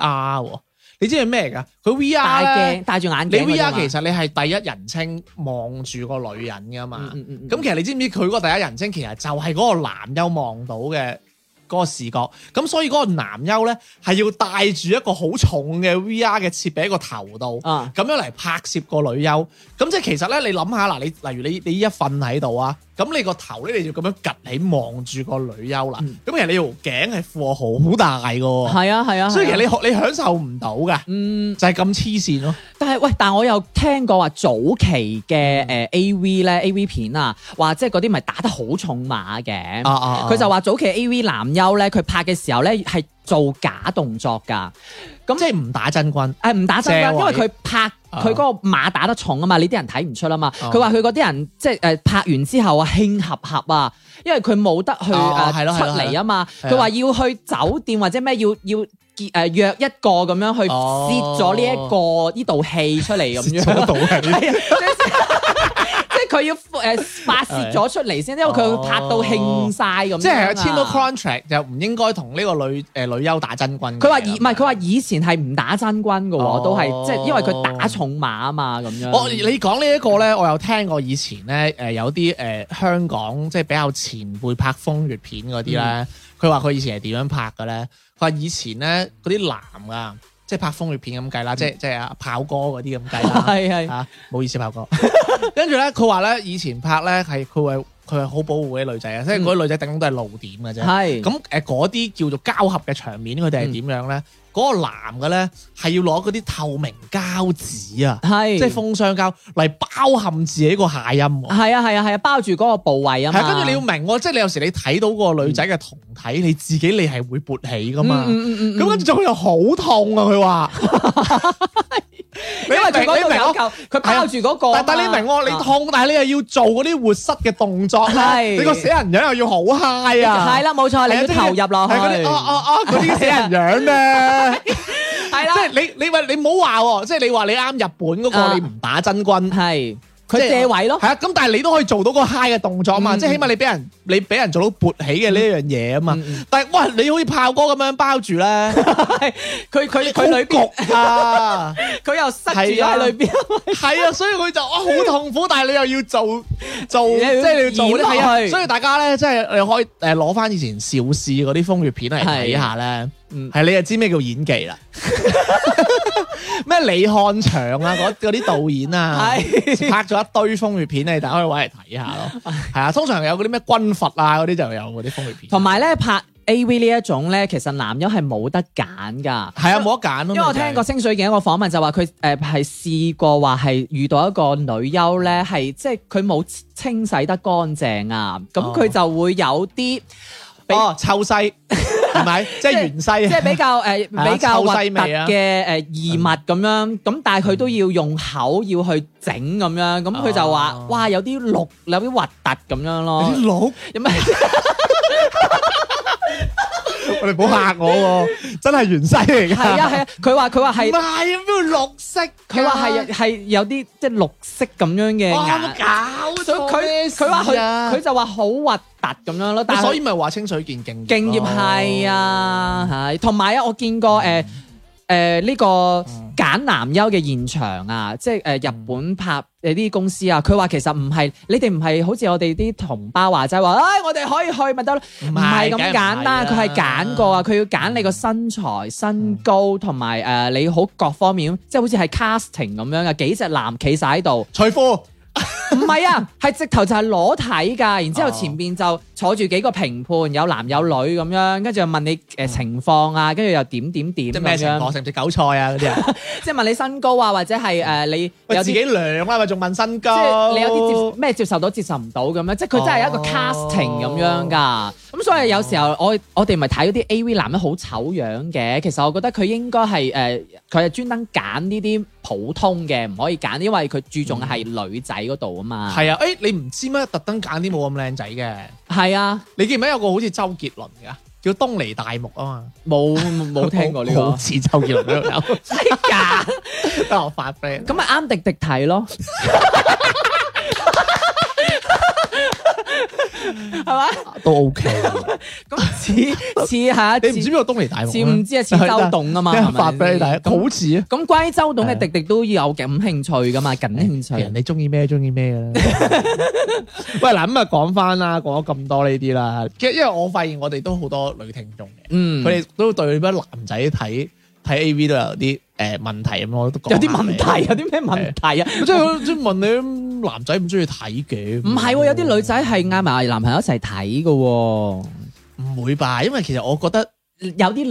A: 喎，你知係咩嚟㗎？佢
B: 戴
A: VR 咧
B: 鏡，戴住眼
A: 你
B: 鏡嗰種啊。
A: VR 其實你係第一人稱望住個女人㗎嘛
B: 嗯。嗯嗯嗯
A: 咁其實你知唔知佢嗰個第一人稱其實就係嗰個男優望到嘅嗰個視覺，咁所以嗰個男優咧係要帶住一個好重嘅 VR 嘅設備喺個頭度。
B: 啊，
A: 咁樣嚟拍攝個女優，咁即係其實咧，你諗下嗱，你例如你你依家瞓喺度啊，咁你個頭咧你就咁樣趌起望住個女優啦，咁、
B: 嗯
A: 其實你條頸係負荷好大嘅喎，
B: 係啊係啊，
A: 所以其實
B: 係啊
A: 你學你享受唔到嘅，
B: 嗯。
A: 就係咁黐線咯。
B: 但係喂，但我有聽過話早期嘅誒 A V 咧 A V 片啊，話即係嗰啲咪打得好重馬嘅。
A: 啊啊
B: 佢就話早期 A V 男優咧，佢拍嘅時候咧係做假動作㗎，
A: 咁即係唔打真軍，
B: 誒唔打真
A: 借
B: 㗎，
A: 位
B: 因為佢拍佢嗰個馬打得重啊嘛，呢啲人睇唔出啊嘛。
A: 哦
B: 佢話佢嗰啲人即係誒拍完之後啊，輕合合啊，因為佢冇得去
A: 哦係
B: 誒
A: 咯係
B: 出
A: 咯係
B: 嚟
A: 咯
B: 啊嘛。
A: 係啊
B: 佢話要去酒店或者咩要要結誒約一個咁樣去
A: 哦
B: 切 咗呢一個呢道戲出嚟咁樣。
A: 到係
B: 係啊，即係即係佢佢要诶發泄咗出嚟先，因為佢拍到興晒咁樣啊。
A: 哦即係簽到 contract 就唔應該同呢個女诶女優打真軍嘅。
B: 佢話以唔係佢話以前係唔打真軍嘅
A: 啊哦
B: 喎，都係即係因為佢打重馬啊嘛咁樣。
A: 我你講呢一個咧，我有聽過以前咧，誒、有啲誒、香港即係比較前輩拍風月片嗰啲
B: 嗯
A: 咧，佢話佢以前係點樣拍嘅咧？佢話以前咧嗰啲男啊，即係拍風月片咁計啦，即係即係啊炮哥嗰啲咁計啦，
B: 嗯 係係
A: 嚇冇意思炮哥。 跟住咧，佢話咧以前拍咧係佢會佢係好保護啲女仔嘅，啊即係嗰啲女仔頂多都係露點嘅啫。
B: 係嗯
A: 咁誒嗰啲叫做交合嘅場面，佢哋係點樣咧？嗰、個男嘅咧係要攞嗰啲透明膠紙啊！
B: 係
A: 即係封箱膠嚟包含自己個下音喎。
B: 係啊係啊係啊，包住嗰個部位啊
A: 係
B: 嘛。
A: 啊跟住你要明喎，即係你有時你睇到個女仔嘅胴體，你自己你係會勃起噶啊嘛。
B: 嗯嗯嗯嗯
A: 咁跟住佢就好痛啊！佢話，
B: 因為佢
A: 你明
B: 嗰
A: 你
B: 度
A: 明
B: 有
A: 我
B: 嚿，佢包住嗰個啊嘛。
A: 但但你明喎，你痛，但係你又要做嗰啲活塞嘅動作啦，
B: 係
A: 你個死人樣又要好 high 啊！
B: 係啦，冇錯，你
A: 係啊
B: 要
A: 即係
B: 投入落去。
A: 係嗰啲哦哦哦，嗰啲死人樣咧，
B: 係
A: 即係
B: 啦，
A: 你你話你唔好話喎，即係你話你啱日本嗰
B: 啊
A: 個你唔打真軍。
B: 係佢
A: 即係
B: 借位咯
A: 系。啊，咁但係你都可以做到個 high 嘅動作嘛，
B: 嗯
A: 即係起碼你俾人你俾人做到勃起嘅呢樣嘢啊嘛。
B: 嗯嗯
A: 但係哇，你好似炮哥咁樣包住咧，
B: 佢 佢佢裏邊，
A: 邊 啊，
B: 佢又塞住咗喺裏邊。
A: 係啊，所以佢就哇好痛苦，但係你又要 做做，
B: 你
A: 即
B: 又要
A: 係你要做
B: 演
A: 咧，
B: 落
A: 係啊。
B: 去
A: 所以大家咧，即係呃你可以誒攞翻以前邵氏嗰啲風月片嚟睇下咧，
B: 嗯
A: 係你就知咩叫演 技啦。咩李漢祥啊，嗰嗰啲導演啊，
B: 係
A: 拍咗一堆風月片，你大家可以揾嚟睇下 咯。係啊，通常有嗰啲咩軍閥啊嗰啲就有嗰啲風月片。
B: 同埋咧拍 A.V. 呢一種咧，其實男優係冇得揀㗎。
A: 係啊，冇得揀咯。
B: 因為我聽過清水鏡一個訪問就話佢誒係試過話係遇到一個女優
A: 嗯
B: 咧，係即係佢冇清洗得乾淨啊，咁
A: 哦
B: 佢就會有 啲。俾
A: 哦，臭 西係咪？即係芫西
B: 即
A: 啊。
B: 係比較誒
A: 係啊
B: 比較核
A: 臭西
B: 突
A: 味啊
B: 嘅誒異物咁樣，咁但係佢都要用口要去整咁樣，咁佢就話
A: 哦：
B: 哇，有啲綠，有啲核突咁樣咯啊
A: 有。啲老
B: 有咩？
A: 我哋唔好嚇我喎，真係芫西嚟㗎。
B: 係啊係啊，佢話佢話
A: 唔係
B: 係
A: 啊，邊度綠色㗎？
B: 佢話係啊係有啲即係綠色咁樣嘅
A: 哇，
B: 眼
A: 有冇。搞
B: 所以
A: 錯咩
B: 佢
A: 事
B: 佢話佢
A: 啊
B: 佢就話好核突咁樣咯，但係
A: 所以咪話清水健敬
B: 敬業係啊
A: 哦
B: 係，同埋啊我見
A: 嗯
B: 過誒誒呢個揀男優嘅現場啊，即係
A: 嗯
B: 誒日本拍誒呢啲公司啊，佢話其實唔係你哋唔係好似我哋啲同胞話齋話，唉我哋可以去咪得咯，
A: 唔
B: 唔
A: 係
B: 係
A: 梗係
B: 咁
A: 唔
B: 簡單，
A: 係
B: 佢
A: 啦
B: 係揀過啊，佢要揀你個身材、身高同埋誒你好各方面，即係好似係 casting 咁樣嘅，啊幾隻男企晒喺度。
A: 除褲
B: 唔係啊，係直頭就係裸體㗎，然之後
A: 哦
B: 前邊就坐住幾個評判，有男有女咁樣，跟住又問你誒情況啊，跟住又點點點
A: 嗯即
B: 咁
A: 係咩情況？
B: 樣，
A: 食唔食韭菜啊？嗰啲 啊，
B: 即係問你身高啊，或者係誒你
A: 喂
B: 有
A: 自己
B: 啲即
A: 量啦，咪仲問身高？
B: 係你有啲接咩接受到接受唔到咁樣，即係佢真係有一個
A: 哦
B: casting 咁樣㗎。咁所以有時候我我哋咪睇嗰啲 A.V. 男人好醜樣嘅，其實我覺得佢應該係誒佢係專登揀呢啲普通嘅，唔可以揀，因為佢注重係女仔嗰度啊嘛。
A: 嗯係啊，誒你唔知咩？特登揀啲冇咁靚仔嘅。
B: 係啊。
A: 你記唔記得有個好似周杰倫嘅，叫東尼大木啊嘛？
B: 冇冇聽過呢
A: 好
B: 個，
A: 似周杰倫都有，
B: 真㗎？
A: 得我發俾你。
B: 哎咁咪啱迪迪睇咯，係嘛？
A: 都 OK 啊。
B: 咁似似係
A: 你唔知
B: 似
A: 邊個東尼大木
B: 似啊唔
A: 咩？
B: 知啊？似周董啊嘛，
A: 一
B: 係咪
A: 發俾你睇，
B: 咁
A: 好似啊。
B: 咁關於周董嘅迪迪都有感興趣噶嘛，感興
A: 其實
B: 趣。
A: 你中意咩中意咩 嘅咧？喂，嗱咁啊，講翻啦，講咗咁多呢啲啦，其實因為我發現我哋都好多女聽眾嘅，
B: 嗯，
A: 佢哋都對乜男仔睇睇 A V 都有啲誒問題咁，我都講
B: 有啲
A: 下
B: 問
A: 你
B: 題，有啲咩問題啊？
A: 即係即係問你嗯男仔唔中意睇嘅，
B: 唔係喎，有
A: 嗯
B: 啲女仔係嗌埋男朋友一齊睇噶喎，
A: 唔會吧？因為其實我覺得。
B: 有啲女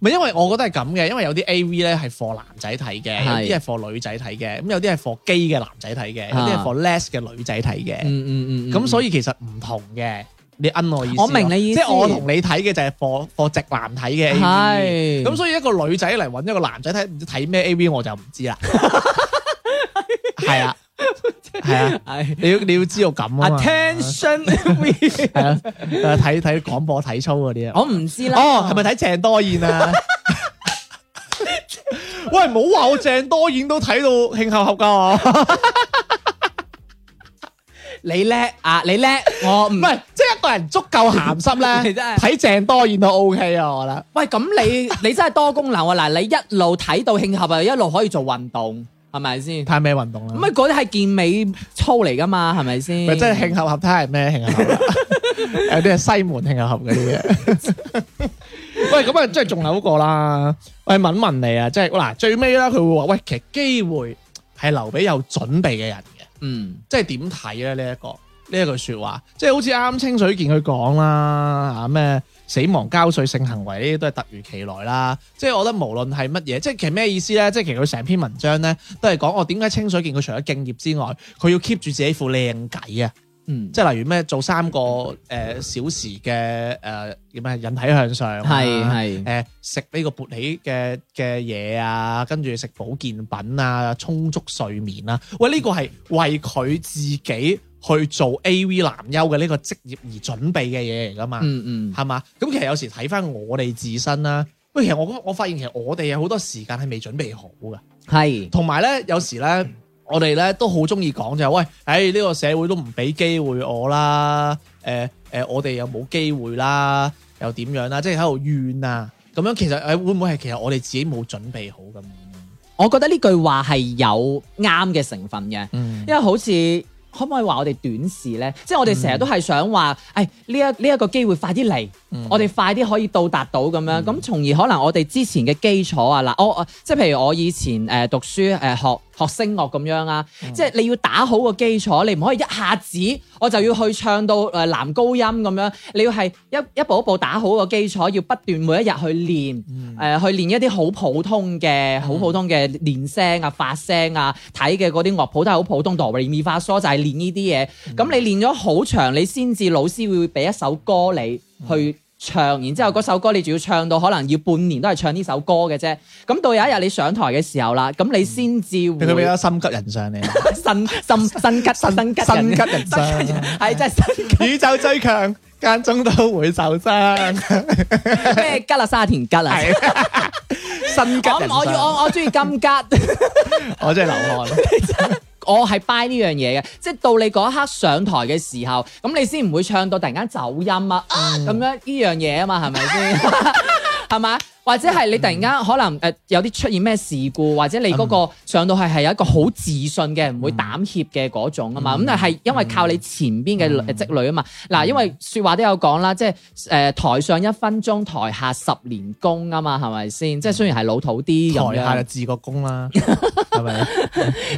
A: 唔係因為我覺得係咁嘅，因為有啲 A.V. 咧係 for 男仔睇嘅，
B: 係
A: 有啲係 for 女仔睇嘅，咁有啲係 for 基嘅男仔睇嘅，有啲係
B: 啊
A: for les 嘅女仔睇嘅。
B: 嗯，嗯嗯嗯，
A: 咁所
B: 以
A: 以其實唔同嘅，你恩我意思咯。
B: 我明你意思啊
A: 即係我同你睇嘅就係貨貨直男睇嘅 A V。
B: 係
A: 咁所以一個女仔嚟揾一個男仔睇，唔知睇咩 A V 我就唔知 啦。係啊，係啊，
B: 係。
A: 你要你要知道咁啊嘛。
B: Attention！
A: 係啊，睇睇廣播體操嗰啲啊。
B: 我唔知啦。
A: 哦，係咪睇鄭多燕啊？ 喂，唔好 話我鄭多燕都睇到慶後合㗎喎。
B: 你叻啊，你叻，我唔
A: 唔係，即係一個人足夠鹹濕咧，
B: 你真係
A: 睇鄭多燕都 OK 啊，我覺得。
B: 喂，咁你 你真係多功能啊！嗱，你一路睇到慶合啊，一路可以做運動，係咪先？
A: 睇
B: 咁
A: 下咩運動
B: 啊，
A: 啦。
B: 嗰啲係健美操嚟噶嘛，係咪先？
A: 咪真係慶合合睇下係咩慶合合啦，有啲係西門慶合合嗰啲嘢。 喂，咁啊，即係仲有一個啦。喂，問問你啊，即係嗱，最尾啦，佢會話喂，其實機會係留俾有準備嘅人嘅，
B: 嗯
A: 即係點睇咧呢一個呢一句説話？即係好似啱啱清水健佢講啦，啊咩死亡交税性行為呢啲都係突如其來啦。即係我覺得無論係乜嘢，即係其實咩意思咧？即係其實佢成篇文章咧都係講我點解清水健佢除咗敬業之外，佢要 keep 住自己副靚計啊！
B: 嗯，
A: 即係例如咩做三個誒、呃小時嘅誒叫咩引體向上、啊，
B: 係係
A: 誒食呢個勃起嘅嘅嘢啊，跟住食保健品啊，充足睡眠啊。喂，呢、個係為佢自己去做 A.V. 男優嘅呢個職業而準備嘅嘢嚟噶嘛，
B: 嗯嗯，
A: 係嘛、咁其實有時睇翻我哋自身啦、喂，其實我我發現其實我哋有好多時間係未準備好㗎。
B: 係
A: 同埋咧，有時咧，我哋咧都好中意講就係、喂，誒、呢、個社會都唔俾機會我啦，誒、誒、我哋又冇機會啦，又點樣啦，即係喺度怨啊，咁樣其實誒、會唔會係其實我哋自己冇準備好咁？
B: 我覺得呢句話係有啱嘅成分嘅，
A: 嗯，
B: 因為好似。可唔可以話我哋短視呢？即係我哋成日都係想話，誒呢一呢一個機會快啲嚟，我哋快啲可以到達到咁樣，咁、從而可能我哋之前嘅基礎啊，嗱，我我即係譬如我以前誒、呃、讀書誒、呃、學學聲樂咁樣啊，即係你要打好個基礎，你唔可以一下子我就要去唱到誒男高音咁樣，你要係一一步一步打好個基礎，要不斷每一日去練，誒、去練一啲好普通嘅好普通嘅練聲啊、發聲啊、睇嘅嗰啲樂譜都係好普通，哆嚟咪發梳就係練呢啲嘢。咁你練咗好長，你先至老師會俾一首歌你去唱，然之後嗰首歌你仲要唱到可能要半年都係唱呢首歌嘅啫。咁到有一日你上台嘅時候啦，咁你先至會
A: 佢佢比 較心急人上嚟，啊
B: 新新新吉新吉
A: 心急
B: 人
A: 人上，
B: 係真係新吉
A: 宇宙最強，間中都會受傷，
B: 咩吉啦沙田吉啦。
A: 係心急人
B: 我我要
A: 上，
B: 我我中意金吉。
A: 我真係 流汗。
B: 我係 buy 呢樣嘢嘅，即係到你嗰一刻上台嘅時候，咁你先唔會唱到突然間走音啊
A: 嗯
B: 啊咁、樣呢樣嘢啊嘛，係咪先？ 係咪？或者係你突然間可能誒、呃有啲出現咩事故，或者你嗰
A: 嗯
B: 個上到去係有一個好自信嘅，唔會膽怯嘅嗰種啊
A: 嗯
B: 嘛。咁但係因為靠你前邊嘅累積累啊嘛。嗱，因為説話都有講啦，即係誒、呃台上一分鐘，台下十年功啊嘛，係咪先？即係雖然係老土啲咁
A: 嗯台下就
B: 樣，
A: 自個功 啦，係咪？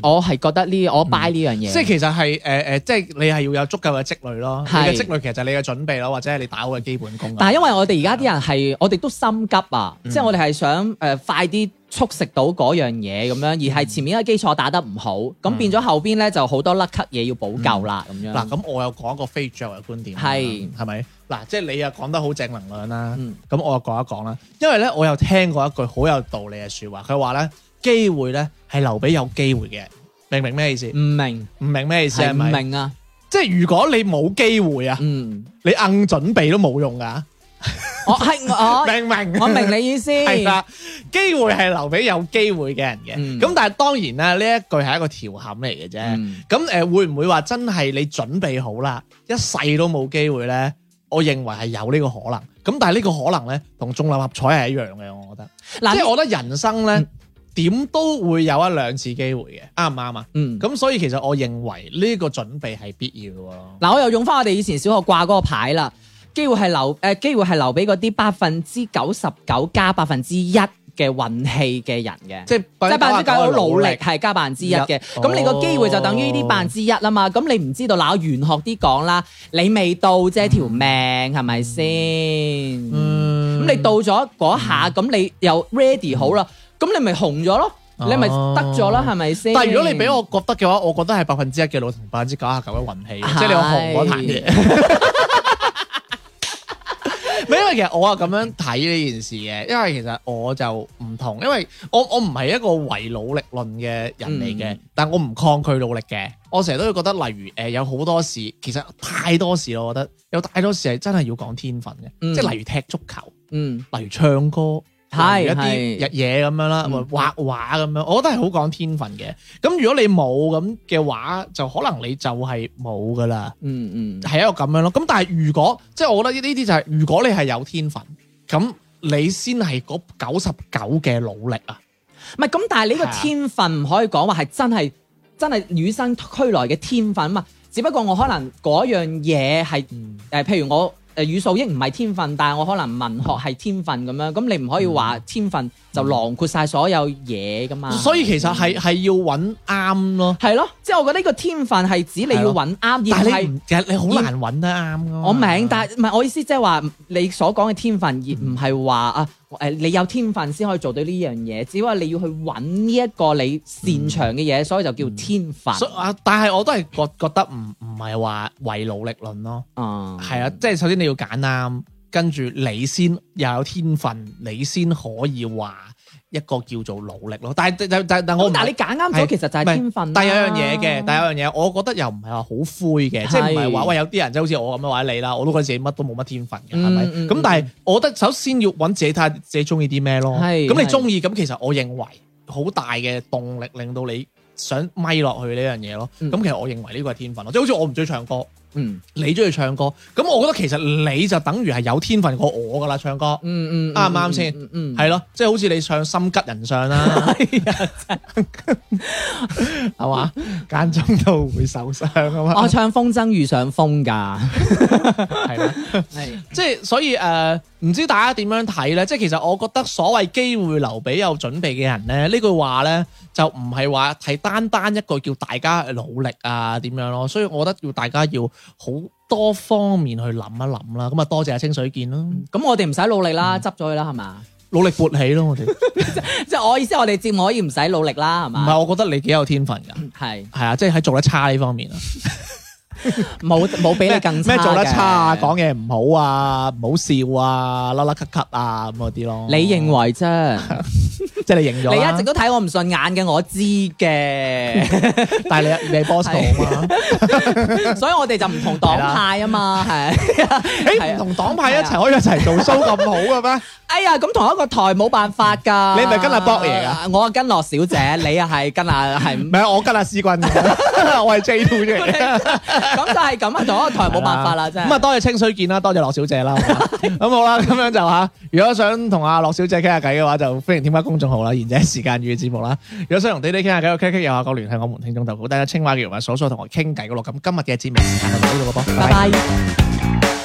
B: 我係覺得呢，我
A: 嗯
B: buy 呢樣嘢。
A: 即係其實係誒誒，即係你係要有足夠嘅積累咯。你
B: 係
A: 嘅積累其實就係你嘅準備咯，或者係你打好嘅基本功啊咯。
B: 但係因為我哋而家啲人係，我哋都心急啊，
A: 嗯
B: 即係我哋係想誒、呃快啲速食到嗰樣嘢咁樣，而係前面嘅基礎打得唔好，咁、變咗後邊咧就好多甩咳嘢要補救啦咁、樣。
A: 嗯嗱，咁我又講一個非主流嘅觀點啦，
B: 嗯係
A: 係咪？嗱，即係你又講得好正能量啦
B: 嗯，
A: 咁我又講一講啦。因為咧，我又聽過一句好有道理嘅説話，佢話咧機會咧係留俾有機會嘅人，明唔明咩意思
B: 唔？明
A: 唔明咩意思
B: 嗯係
A: 係
B: 唔
A: 咪？
B: 明 啊？
A: 即係如果你冇機會啊，
B: 嗯，
A: 你硬準備都冇用㗎，
B: 我係我
A: 明唔明？
B: 哦我明你意思。
A: 係啦，機會係留俾有機會嘅人嘅。
B: 嗯
A: 咁、但係當然啦，呢一句係一個調侃嚟嘅啫。
B: 嗯
A: 咁誒、呃、會唔會話真係你準備好啦，一世都冇機會咧？我認為係有呢個可能。咁但係呢個可能咧，同中六合彩係一樣嘅，我覺得。
B: 嗱，
A: 即係
B: 呢嗯
A: 我覺得人生咧，點、都會有一兩次機會嘅，啱唔啱啊？
B: 嗯。
A: 咁所以其實我認為呢個準備係必要嘅咯。
B: 嗱，我又用翻我哋以前小學掛嗰個牌啦，機會係留誒、呃、機會係留俾嗰啲百分之九十九加百分之一嘅運氣嘅人嘅。
A: 即係
B: 即係百分之九好努力，
A: 99%
B: 係加百分之一嘅。
A: 一哦
B: 咁你個機會就等於呢啲百分之一啦嘛。咁你唔知道，嗱，我玄學啲講啦，你未到啫，條命係咪先？
A: 嗯
B: 咁你到咗嗰下，咁你又 ready 好啦，咁你咪紅咗咯，
A: 哦
B: 你咪得咗啦，係咪先？
A: 但係如果你俾我覺得嘅話，我覺得係百分之一嘅努力同百分之九十九嘅運氣，即係你有紅嗰壇嘢。 唔係因為其實我啊咁樣睇呢件事嘅，因為其實我就唔同，因為我我唔係一個唯努力論嘅人嚟嘅，
B: 嗯
A: 但我唔抗拒努力嘅。我成日都會覺得，例如誒、呃有好多事，其實太多事咯，我覺得有太多事係真係要講天分嘅，
B: 嗯
A: 即係例如踢足球，
B: 嗯
A: 例如唱歌，
B: 係
A: 例如一啲
B: 係
A: 日嘢咁樣啦，
B: 嗯
A: 或畫畫咁樣，我覺得係好講天分嘅。咁如果你冇咁嘅話，就可能你就係冇噶啦，
B: 嗯嗯，
A: 係一個咁樣咯。咁但係如果即係我覺得呢啲就係、如果你係有天分，咁你先係嗰九十九嘅努力啊。
B: 唔係咁，但係你個
A: 係啊
B: 天分唔可以講話係真係真係與生俱來嘅天分啊嘛。只不過我可能嗰樣嘢係
A: 嗯
B: 誒，譬如我誒語數英唔係天分，但係我可能文學係天分咁樣，咁你唔可以話天分就囊括晒所有嘢噶嘛。
A: 嗯所以其實係係要揾啱咯，
B: 係咯，即係我覺得呢個天分係指你要
A: 係咯
B: 揾啱，而
A: 但
B: 唔
A: 係你
B: 係
A: 唔其實你好難揾得啱噶。
B: 我明，但係唔係我意思即係話你所講嘅天分，而唔係話啊誒你有天分先可以做到呢樣嘢，只不過你要去揾呢一個你擅長嘅嘢，嗯所以就叫天分。
A: 所以啊，但係我都係覺覺得唔唔係話為努力論咯。
B: 啊，
A: 係啊，即係首先你要揀啱，跟住你先又有天分，你先可以話一個叫做努力咯。但係但但但我
B: 咁
A: 唔
B: 但係
A: 係
B: 你揀啱咗，
A: 係
B: 其實就係天分啦。
A: 但有樣嘢嘅，但有樣嘢，我覺得又唔係話好灰嘅，即係唔係話
B: 係
A: 喂有啲人即係好似我咁樣或者你啦，我都覺得自己乜都冇乜天分嘅，係咪？
B: 嗯嗯
A: 咁
B: 嗯
A: 但係我覺得首先要揾自己睇下自己中意啲咩咯。
B: 係
A: 咁你
B: 係
A: 中意咁，其實我認為好大嘅動力令到你想咪落去呢樣嘢咯。
B: 嗯
A: 咁其實我認為呢個係天分咯，即係好似我唔中意唱歌。
B: 嗯
A: 你中意唱歌，咁我覺得其實你就等於係有天分過我噶啦，唱歌
B: 嗯嗯，
A: 啱唔啱先
B: 嗯嗯，
A: 係咯，即係好似你唱《心吉人上》 啦，係 嘛，間中都會受傷啊
B: 我
A: 嘛，
B: 哦唱風箏遇上風㗎，
A: 係啦，
B: 係
A: 即係所以誒，呃唔知大家點樣睇咧？即係其實我覺得所謂機會留俾有準備嘅人咧，呢句話咧就唔係話係單單一個叫大家努力啊點樣咯，所以我覺得要大家要好多方面去諗一諗啦。咁啊，多謝阿清水見啦，
B: 咁我哋唔使努力啦，執咗佢啦，係嘛？
A: 努力勃起咯，我哋。
B: 即係我意思，我哋節目可以唔使努力啦，係
A: 唔
B: 嘛？
A: 係，我覺得你幾有天分㗎，
B: 係
A: 係啊，即係喺做得差呢方面啊，
B: 冇冇比你更差
A: 咩做得
B: 嘅
A: 差啊，講嘢唔好啊，唔好笑啊，甩甩咳咳啊咁嗰啲咯。
B: 你認為啫？
A: 即係你認咗
B: 你
A: 啦
B: 一直都睇我唔順眼嘅，我知 嘅，
A: 但係 你你係 boss 啊嘛，
B: 所以我哋就唔同黨派啊嘛，係。係
A: 誒
B: 啊
A: 唔同黨派一齊可以一齊做 show 咁好嘅咩？
B: 哎呀，咁同一個台冇辦法㗎。
A: 你係咪跟阿博爺㗎？
B: 我係跟樂小 姐，你啊係跟阿
A: 唔
B: 係，
A: 係我跟阿思君 嘅，我係 J two 出嚟嘅。
B: 咁就係咁啊，同一個台冇辦法啦，真係。
A: 咁啊，多謝清水見啦，多謝樂小姐啦。 好嘛咁好啦，咁樣就吓，如果想同阿樂小姐傾下偈嘅話，就歡迎添加公眾號啦，賢者時間與節目啦。如果想同 D D 傾下偈，就 K K 右下角聯繫我們聽眾投稿，大家青蛙嘅原文所所同我傾偈嗰度。咁今日嘅節目時間就到呢度咯噃，拜
B: 拜
A: 拜。
B: 拜。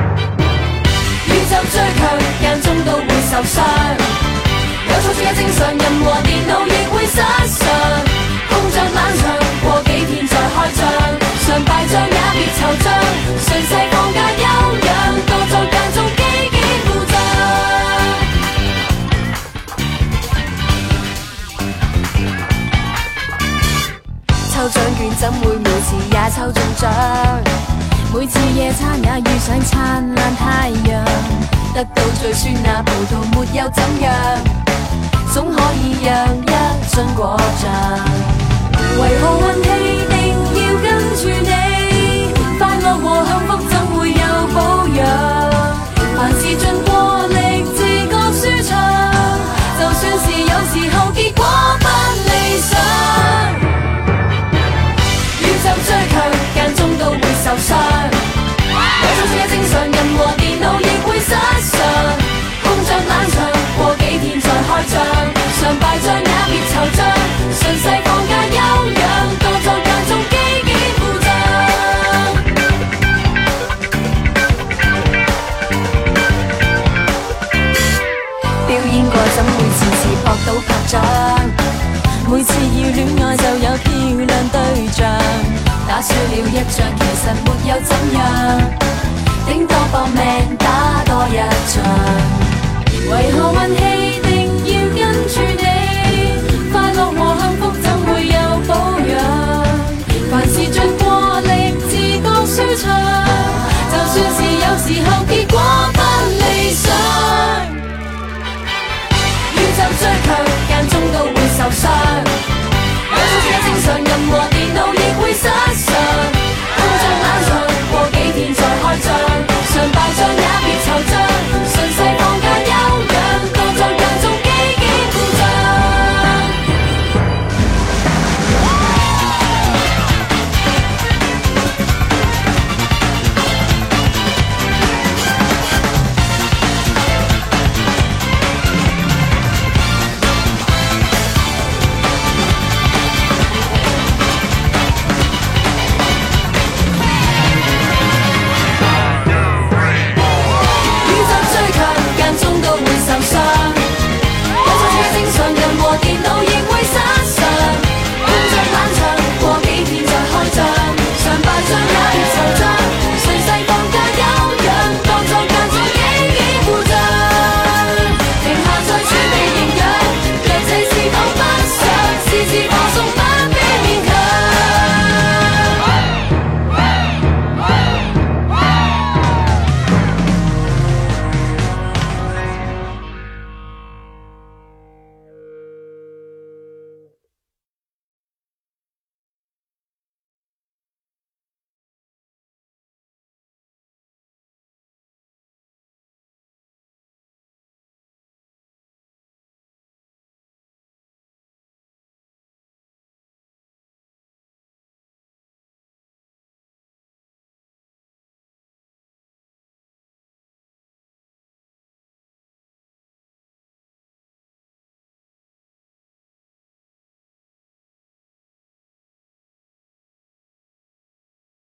D: 宇宙最強，間中都會受傷。有錯先嘅正常，任何電腦亦會失常。工作冷場，過幾天再開張。常敗仗也別惆悵，順勢放假休養，多做間中機機故障。抽獎券怎會每次也抽中獎？每次野餐也遇上燦爛太陽，得到最酸那葡萄沒有怎樣，總可以讓一樽果醬。為何運氣定要跟住你？快樂和幸福怎會有保養？凡事盡過力，自覺舒暢。就算是有時候結果不理想。宇宙最強，間中都會受傷。有錯先嘅正常，任何電腦亦會失常。工作冷場，過幾天再開張。常敗仗也別惆悵，順勢放假休養，多作間中機機故障。表演過怎會時時搏到拍掌？每次要戀愛就有漂亮對象，打輸了一仗其實沒有怎樣，頂多搏命打多一仗。為何運氣